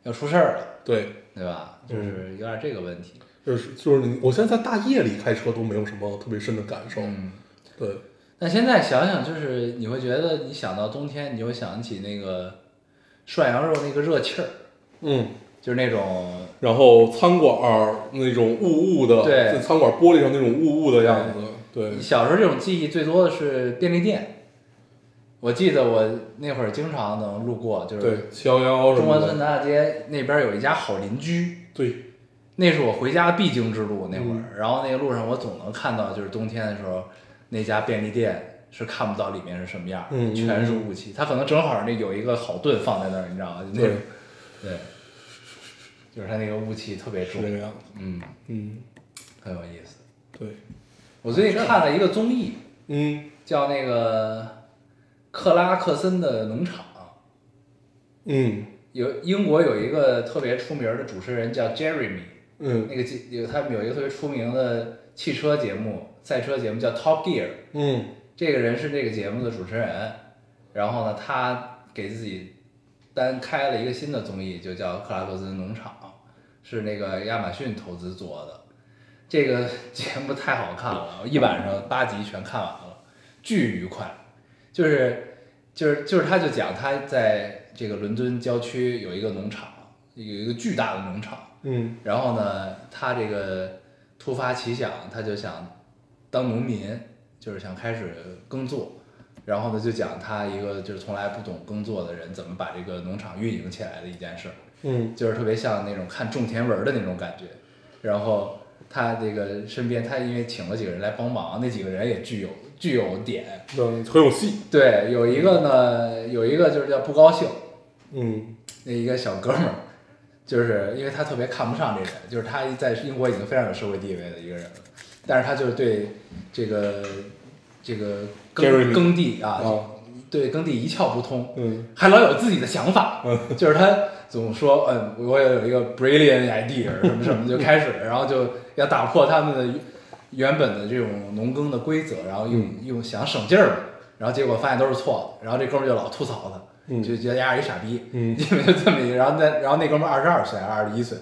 Speaker 1: 要出事儿了，
Speaker 2: 对，
Speaker 1: 对吧？就是有点这个问题。
Speaker 2: 就是就是你，我现在在大夜里开车都没有什么特别深的感受。
Speaker 1: 嗯，
Speaker 2: 对，
Speaker 1: 但现在想想，就是你会觉得你想到冬天，你就会想起那个涮羊肉那个热气儿，
Speaker 2: 嗯。
Speaker 1: 就是那种
Speaker 2: 然后餐馆儿那种雾雾的，
Speaker 1: 对
Speaker 2: 在餐馆玻璃上那种雾雾的样子，对
Speaker 1: 你，小时候这种记忆最多的是便利店。我记得我那会儿经常能路过，就是
Speaker 2: 对，七幺幺什
Speaker 1: 中
Speaker 2: 么
Speaker 1: 关村
Speaker 2: 的，
Speaker 1: 南大街那边有一家好邻居，
Speaker 2: 对，
Speaker 1: 那是我回家必经之路那会
Speaker 2: 嗯
Speaker 1: 儿，然后那个路上我总能看到，就是冬天的时候，那家便利店是看不到里面是什么样儿，
Speaker 2: 嗯嗯
Speaker 1: 全是雾气。它可能正好那有一个好炖放在那儿，你知道吗？就那种对，就是它那个雾气特别
Speaker 2: 是啊
Speaker 1: 重
Speaker 2: 这，个样子，
Speaker 1: 嗯，
Speaker 2: 嗯，
Speaker 1: 很有意思。
Speaker 2: 对，
Speaker 1: 我最近看了一个综艺，
Speaker 2: 嗯
Speaker 1: 叫那个克拉克森的农场，
Speaker 2: 嗯
Speaker 1: 有英国有一个特别出名儿的主持人叫 Jeremy，
Speaker 2: 嗯
Speaker 1: 那个记有他们有一个特别出名的汽车节目、赛车节目叫 Top Gear，
Speaker 2: 嗯
Speaker 1: 这个人是这个节目的主持人，然后呢，他给自己单开了一个新的综艺，就叫《克拉克斯农场》，是那个亚马逊投资做的。这个节目太好看了，我一晚上八集全看完了，巨愉快。就是就是就是，他就讲他在这个伦敦郊区有一个农场，有一个巨大的农场，
Speaker 2: 嗯
Speaker 1: 然后呢，他这个突发奇想，他就想当农民，就是想开始耕作。然后呢，就讲他一个就是从来不懂耕作的人怎么把这个农场运营起来的一件事儿。
Speaker 2: 嗯
Speaker 1: 就是特别像那种看种田文儿的那种感觉。然后他这个身边，他因为请了几个人来帮忙，那几个人也具有具有点。
Speaker 2: 嗯，很有戏。
Speaker 1: 对，有一个呢，有一个就是叫不高兴，
Speaker 2: 嗯
Speaker 1: 那一个小哥们儿，就是因为他特别看不上这人，就是他在英国已经非常有社会地位的一个人了，但是他就是对这个这个
Speaker 2: Jeremy
Speaker 1: 耕耕地啊，
Speaker 2: 啊
Speaker 1: 对耕地一窍不通，
Speaker 2: 嗯
Speaker 1: 还老有自己的想法，就是他总说，嗯，我也有一个 brilliant idea 什 么什么就开始，然后就要打破他们的原本的这种农耕的规则，然后用、
Speaker 2: 嗯
Speaker 1: 用想省劲儿嘛，然后结果发现都是错的，然后这哥们儿就老吐槽他，
Speaker 2: 嗯
Speaker 1: 就觉得丫是一傻逼，
Speaker 2: 嗯
Speaker 1: 因为就这么一， 然后那然后那哥们儿二十二岁还是二十一岁，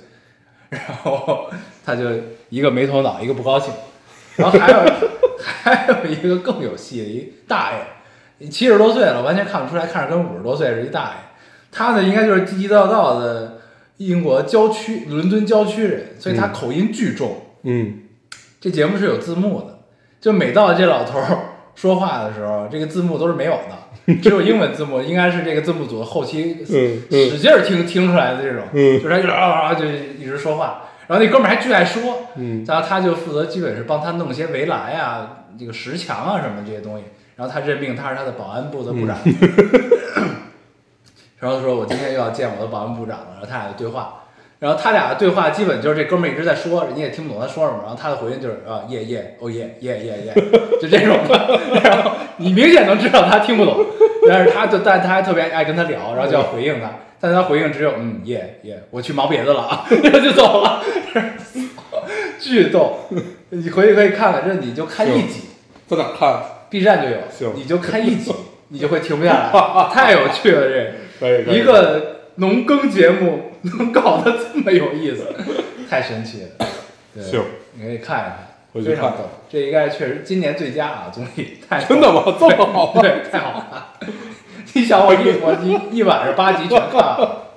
Speaker 1: 然后他就一个没头脑，一个不高兴，然后还有 还有一个更有戏的一大爷，七十多岁了，完全看不出来，看着跟五十多岁是一大爷。他呢，应该就是地地道道的英国郊区伦敦郊区人，所以他口音巨重。
Speaker 2: 嗯
Speaker 1: 这节目是有字幕的，就每到这老头儿说话的时候，这个字幕都是没有的，只有英文字幕，应该是这个字幕组后期
Speaker 2: 嗯
Speaker 1: 使劲儿听听出来的这种，
Speaker 2: 嗯
Speaker 1: 就是他一直啊啊啊就一直说话，然后那哥们儿还巨爱说，
Speaker 2: 嗯
Speaker 1: 然后他就负责基本是帮他弄些围栏啊、这个石墙啊什么这些东西，然后他任命他是他的保安部的部长，
Speaker 2: 嗯
Speaker 1: 然后说我今天又要见我的保安部长了，然后他俩就对话，然后他俩的对话基本就是这哥们儿一直在说，你也听不懂他说什么，然后他的回应就是啊耶耶哦耶耶耶耶， 就这种的，然后你明显能知道他听不懂，但是他就但他还特别爱跟他聊，然后就要回应他，但是他回应只有嗯耶耶，我去忙别的了啊， 然后就走了，巨逗，你回去可以看看，这你就看一集
Speaker 2: 在哪看？
Speaker 1: ，B 站就
Speaker 2: 行
Speaker 1: 有，你就看一集，你就会停不下来，太有趣了这个。
Speaker 2: 可以可以
Speaker 1: 一个农耕节目 能搞得这么有 意思，太神奇了。对
Speaker 2: 行，
Speaker 1: 你可以看一看，
Speaker 2: 回去
Speaker 1: 非常
Speaker 2: 看
Speaker 1: 逗。这应该确实今年最佳啊，综艺太
Speaker 2: 真的吗？这么好吗？
Speaker 1: 对，太好看了。你想我一我一一晚上八集全看了，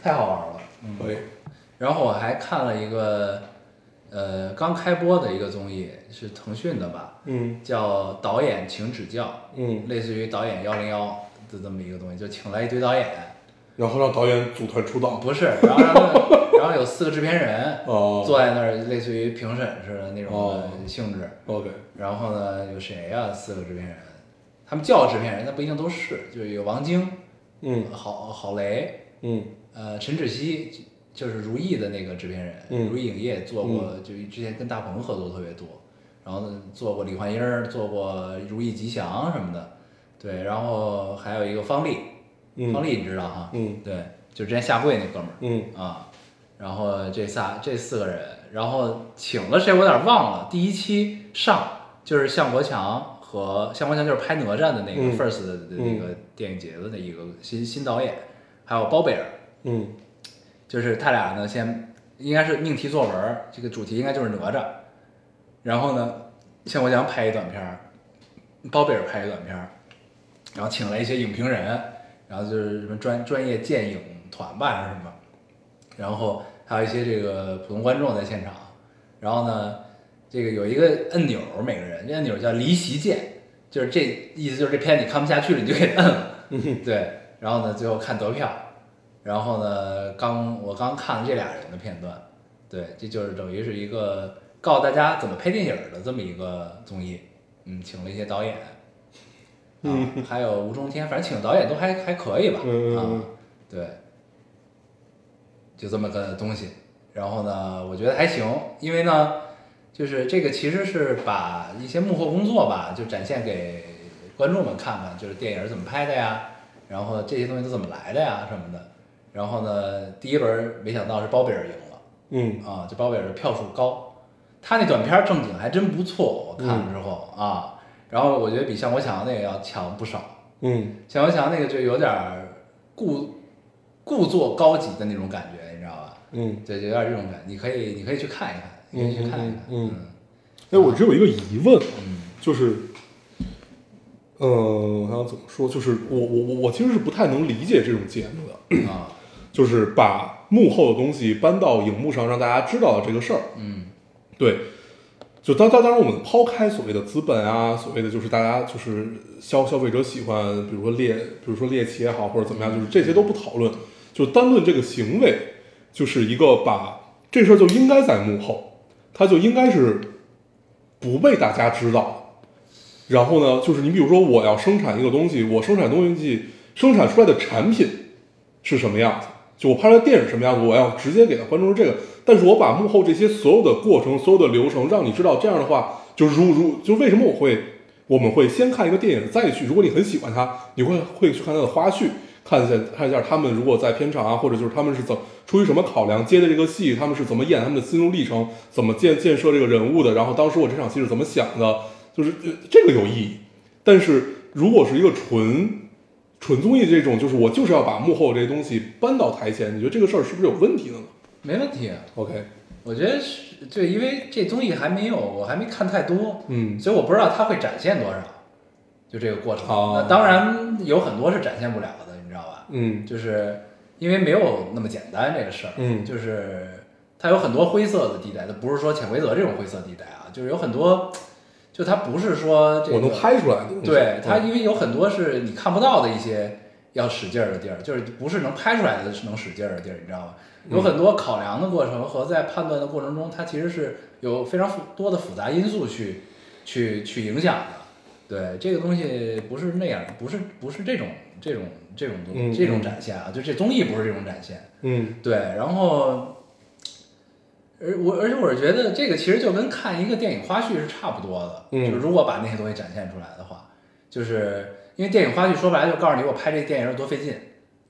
Speaker 1: 太好玩了。
Speaker 2: 可以。
Speaker 1: 然后我还看了一个，呃，刚开播的一个综艺，是腾讯的吧，
Speaker 2: 嗯
Speaker 1: 叫《导演请指教》，
Speaker 2: 嗯，
Speaker 1: 类似于《导演幺零幺》的这么一个东西，就请来一堆导演，
Speaker 2: 然后让导演组团出道。
Speaker 1: 不是，然后让他然后有四个制片人
Speaker 2: 哦
Speaker 1: 坐在那儿，类似于评审似的那种
Speaker 2: 哦
Speaker 1: 的性质。
Speaker 2: OK，
Speaker 1: 然后呢，有谁呀、四个制片人，他们叫制片人，但不一定都是，就是有王晶、
Speaker 2: 嗯
Speaker 1: 郝郝雷、
Speaker 2: 嗯
Speaker 1: 呃陈芷溪，就是如意的那个制片人，
Speaker 2: 嗯
Speaker 1: 如意影业做过，就之前跟大鹏合作特别多，然后呢做过李焕英儿，做过如意吉祥什么的，对，然后还有一个方力，
Speaker 2: 嗯
Speaker 1: 方力你知道哈？
Speaker 2: 嗯
Speaker 1: 对，就之前下跪那哥们儿。
Speaker 2: 嗯
Speaker 1: 啊，然后这仨这四个人，然后请了谁我有点忘了。第一期上就是向国强和向国强就是拍哪吒的那个
Speaker 2: 嗯
Speaker 1: First 的那个电影节的那一个新新导演，还有包贝尔，
Speaker 2: 嗯
Speaker 1: 就是他俩呢先应该是命题作文儿，这个主题应该就是哪吒，然后呢向国强拍一短片儿，包贝尔拍一短片儿，然后请来一些影评人，然后就是什么专专业鉴影团吧还是什么，然后还有一些这个普通观众在现场，然后呢，这个有一个按钮，每个人这按钮叫离席键，就是这意思就是这片你看不下去了，你就给摁了，
Speaker 2: 嗯
Speaker 1: 对，然后呢最后看得票，然后呢刚我刚看了这俩人的片段，对，这就是等于是一个告诉大家怎么拍电影的这么一个综艺，嗯，请了一些导演。啊，还有吴中天，反正请的导演都还还可以吧，
Speaker 2: 嗯嗯嗯
Speaker 1: 啊
Speaker 2: 嗯，
Speaker 1: 对，就这么个东西。然后呢，我觉得还行，因为呢，就是这个其实是把一些幕后工作吧，就展现给观众们看看，就是电影是怎么拍的呀，然后这些东西都怎么来的呀什么的。然后呢，第一轮没想到是包贝尔赢了，
Speaker 2: 嗯
Speaker 1: 啊，这包贝尔的票数高，他那短片正经还真不错，我看了之后、啊，然后我觉得比向国强那个要强不少。
Speaker 2: 嗯
Speaker 1: 向国强那个就有点儿故故作高级的那种感觉，你知道吧？
Speaker 2: 嗯。
Speaker 1: 对，就有点这种感觉。你可以，你可以去看一看，你可以去看一看。
Speaker 2: 嗯嗯
Speaker 1: 嗯
Speaker 2: 哎，我只有一个疑问，啊
Speaker 1: 嗯
Speaker 2: 就是，呃，我想怎么说？就是我我我我其实是不太能理解这种节目的，
Speaker 1: 啊，
Speaker 2: 就是把幕后的东西搬到荧幕上，让大家知道这个事儿。
Speaker 1: 嗯
Speaker 2: 对，就当当当然，我们抛开所谓的资本啊，所谓的就是大家就是消消费者喜欢，比如说猎，比如说猎奇也好，或者怎么样，就是这些都不讨论，就单论这个行为，就是一个把这事儿就应该在幕后，它就应该是不被大家知道。然后呢，就是你比如说，我要生产一个东西，我生产东西生产出来的产品是什么样子，就我拍出来的电影是什么样子，我要直接给到观众是这个。但是我把幕后这些所有的过程、所有的流程让你知道，这样的话，就如如就为什么我会我们会先看一个电影，再去，如果你很喜欢它，你会会去看它的花絮，看一下看一下他们如果在片场啊，或者就是他们是怎出于什么考量接的这个戏，他们是怎么演他们的心路历程，怎么建建设这个人物的，然后当时我这场戏是怎么想的，就是呃这个有意义。但是如果是一个纯纯综艺这种，就是我就是要把幕后这些东西搬到台前，你觉得这个事儿是不是有问题的呢
Speaker 1: 没问题啊。
Speaker 2: ？OK，
Speaker 1: 我觉得是对，因为这综艺还没有，我还没看太多，
Speaker 2: 嗯
Speaker 1: 所以我不知道它会展现多少，就这个过程。
Speaker 2: 哦
Speaker 1: 那当然有很多是展现不了的，你知道吧？
Speaker 2: 嗯
Speaker 1: 就是因为没有那么简单这个事儿，
Speaker 2: 嗯
Speaker 1: 就是它有很多灰色的地带，它不是说潜规则这种灰色地带啊，就是有很多，就它不是说这个
Speaker 2: 我能拍出来的东西。
Speaker 1: 对
Speaker 2: 嗯
Speaker 1: 它，因为有很多是你看不到的一些要使劲儿的地儿，就是不是能拍出来的，是能使劲儿的地儿，你知道吗？
Speaker 2: 嗯
Speaker 1: 有很多考量的过程和在判断的过程中，它其实是有非常复多的复杂因素去去去影响的。对这个东西不是那样，不是不是这种这种这种东
Speaker 2: 嗯
Speaker 1: 这种展现啊，就这综艺不是这种展现。
Speaker 2: 嗯
Speaker 1: 对，然后，而我而且我是觉得这个其实就跟看一个电影花絮是差不多的，
Speaker 2: 嗯
Speaker 1: 就如果把那些东西展现出来的话，就是因为电影花絮说白了就告诉你我拍这电影有多费劲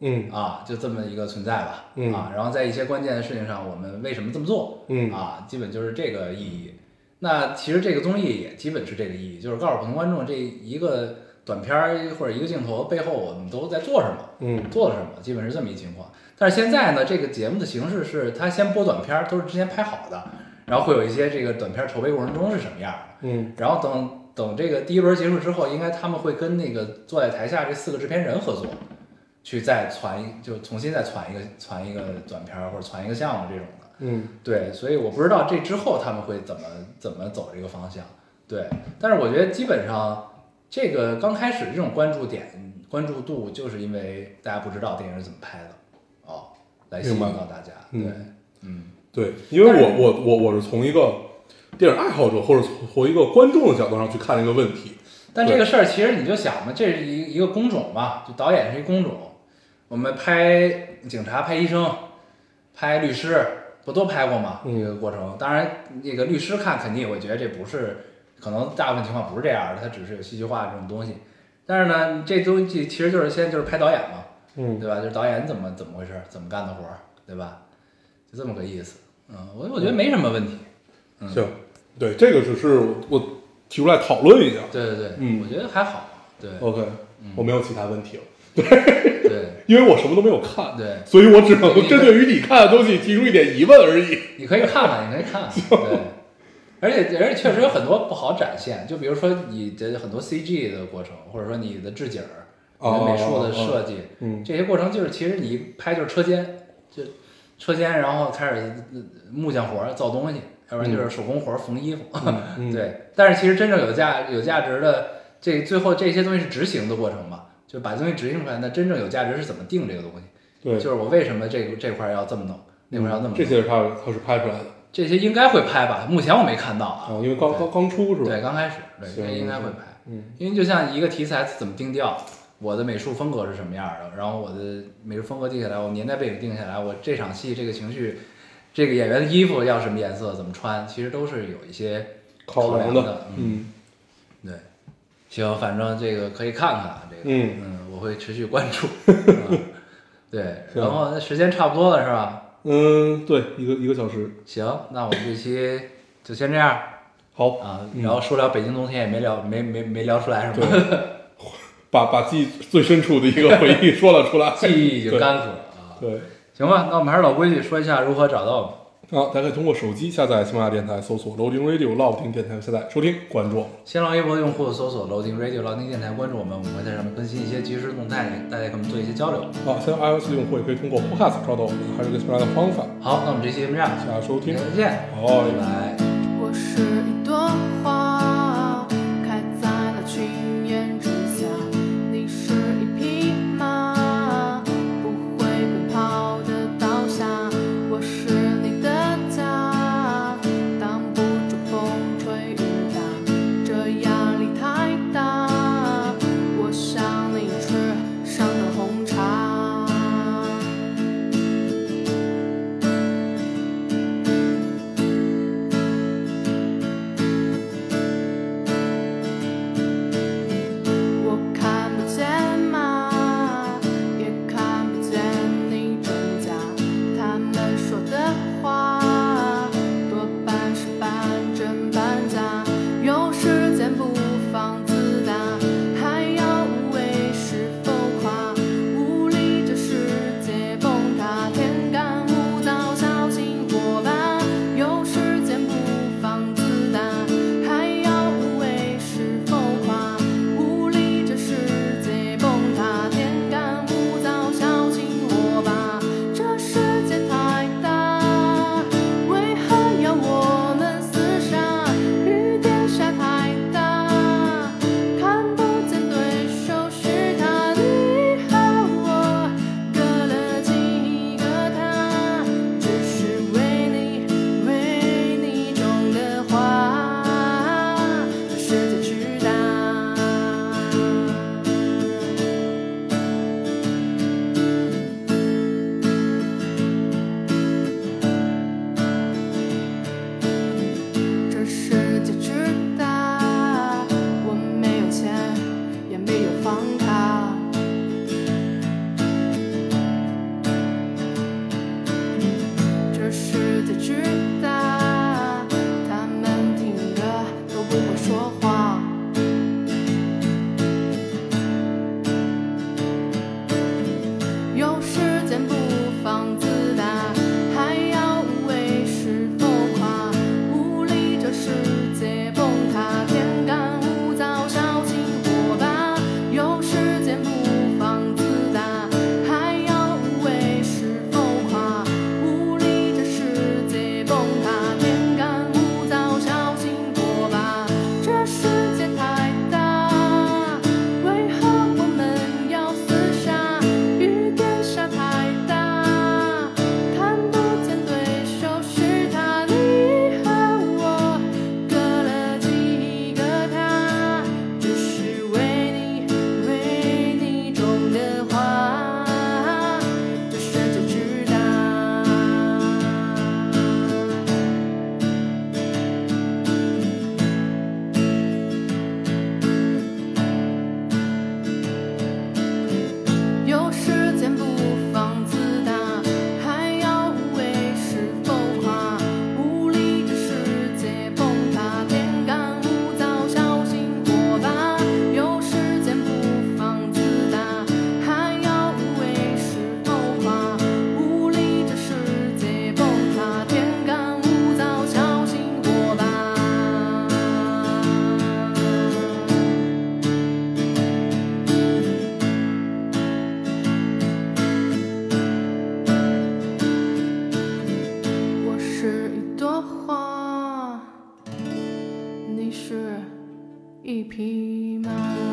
Speaker 2: 嗯
Speaker 1: 啊，就这么一个存在吧，
Speaker 2: 嗯
Speaker 1: 啊，然后在一些关键的事情上我们为什么这么做，
Speaker 2: 嗯
Speaker 1: 啊，基本就是这个意义。那其实这个综艺也基本是这个意义，就是告诉普通观众这一个短片儿或者一个镜头背后我们都在做什么。
Speaker 2: 嗯
Speaker 1: 做了什么，基本是这么一情况。但是现在呢，这个节目的形式是它先播短片儿，都是之前拍好的，然后会有一些这个短片儿筹备过程中是什么样的，
Speaker 2: 嗯
Speaker 1: 然后等等这个第一轮结束之后，应该他们会跟那个坐在台下这四个制片人合作，去再传一就重新再传一个传一个短片儿或者传一个项目这种的。
Speaker 2: 嗯
Speaker 1: 对，所以我不知道这之后他们会怎么怎么走这个方向。对，但是我觉得基本上这个刚开始这种关注点、关注度，就是因为大家不知道电影是怎么拍的，哦，来吸引
Speaker 2: 明白
Speaker 1: 到大家。
Speaker 2: 嗯
Speaker 1: 对，嗯，
Speaker 2: 对，因为
Speaker 1: 但
Speaker 2: 我我我我是从一个电影爱好者或者从一个观众的角度上去看这个问题。
Speaker 1: 但这个事儿其实你就想嘛，这是一一个工种嘛，就导演是一工种，我们拍警察、拍医生、拍律师，不都拍过吗？
Speaker 2: 嗯
Speaker 1: 这个过程，当然那个律师看肯定也会觉得这不是，可能大部分情况不是这样的，他只是有戏剧化这种东西。但是呢，这东西其实就是现在就是拍导演嘛，
Speaker 2: 嗯
Speaker 1: 对吧？就是导演怎么怎么回事，怎么干的活儿，对吧？就这么个意思。嗯，我我觉得没什么问题。嗯
Speaker 2: 行，对，这个只是我我提出来讨论一下。
Speaker 1: 对对对，
Speaker 2: 嗯哦
Speaker 1: 我觉得还好。对
Speaker 2: OK，我
Speaker 1: 嗯
Speaker 2: 没有其他问题了，
Speaker 1: 对
Speaker 2: 因为我什么都没有看，
Speaker 1: 对。嗯
Speaker 2: 所以我只能针对于你看的东西提出一点疑问而已。
Speaker 1: 你可以看看，你可以 看看，对。而且而且确实有很多不好展现，就比如说你的很多 CG 的过程，或者说你的置景儿、
Speaker 2: 哦
Speaker 1: 你的美术的设计，
Speaker 2: 嗯
Speaker 1: 这些过程就是其实你一拍就是车间，就车间，然后开始呃木匠活儿造东西，要不然就是手工活儿缝衣服，
Speaker 2: 嗯
Speaker 1: 对。但是其实真正有价有价值的这最后这些东西是执行的过程嘛，就把东西执行出来，那真正有价值是怎么定这个东西，
Speaker 2: 对，嗯
Speaker 1: 就是我为什么这个这块儿要这么弄，那块儿要那么弄
Speaker 2: 这，些是他他是拍出来的
Speaker 1: 这些应该会拍吧？目前我没看到啊
Speaker 2: 啊，，因为刚刚刚出是吧？
Speaker 1: 对，刚开始，对，
Speaker 2: 行
Speaker 1: 这应该会拍，
Speaker 2: 嗯
Speaker 1: 因为就像一个题材怎么定调，我的美术风格是什么样儿的，然后我的美术风格定下来，我年代背景定下来，我这场戏这个情绪，这个演员的衣服要什么颜色，怎么穿，其实都是有一些
Speaker 2: 考
Speaker 1: 量
Speaker 2: 量
Speaker 1: 的，嗯，
Speaker 2: 嗯
Speaker 1: 对，行，反正这个可以看看啊，这个，
Speaker 2: 嗯
Speaker 1: 嗯，我会持续关注，嗯对，
Speaker 2: 行
Speaker 1: 然后那时间差不多了是吧？
Speaker 2: 嗯，对，一个一个小时。
Speaker 1: 行，那我们这期就先这样
Speaker 2: 好，
Speaker 1: 啊。
Speaker 2: 嗯
Speaker 1: 然后说聊北京冬天也没聊，没没没聊出来什么，
Speaker 2: 把把自己最深处的一个回忆说了出来，
Speaker 1: 记忆已经干枯了啊。
Speaker 2: 对。对，
Speaker 1: 行吧，那我们还是老规矩，说一下如何找到我们。
Speaker 2: 啊，大家可以通过手机下载喜马拉雅电台，搜索 Loading Radio 老丁电台下载收听，关注我们。
Speaker 1: 新浪微博用户搜索 “Loading Radio” 老丁电台，关注我们，我们会在上面更新一些即时动态，大家跟我们做一些交流。
Speaker 2: 啊，现在 iOS 用户也可以通过 Podcast 找到我们，还有一个什么样的方法？
Speaker 1: 好，那我们这期就这样，
Speaker 2: 大家收听
Speaker 1: 明天，再见，
Speaker 2: 好
Speaker 1: 拜拜。
Speaker 3: 我是一朵花，开在了群雁之下。你是一匹马，不会奔跑的倒下。我是你的家，挡不住风吹雨打。这压力太大，我想你吃上的红茶。我看不见马，也看不见你真假。他们说的话，多半是半真半假。有时间不妨自大，还要无畏是浮夸。无力这世界崩塌，天干物燥，小心火把。有时间不妨自大，还要无畏是浮夸。无力这世界崩塌，天干物燥，小心火把。这世界太大，为何要我们厮杀？雨点下太大，看不见对手是他。你和我隔了几个他，只是为你，为你种的花。这世界之大。这世界之大，我没有钱，也没有房卡。这世界之大，他们听着都不会说话。有时间不妨自大，还要无畏是浮夸。无力这世界崩塌，天干物燥，小心火把。有时间不妨自大，还要无畏是浮夸。无力这世界崩塌，天干物燥，小心火把。这世界太大，为何我们要厮杀？雨点下太大，看不见对手是他。你和我隔了几个他，只是为你，为你种的花。这世界之大。有时间不妨自大，还要无畏是浮夸。无力这世界崩塌，天干物燥，小心火把。有时间不妨自大，还要无畏是浮夸。无力这世界崩塌，天干物燥，小心火把。我是一朵花，你是一匹马。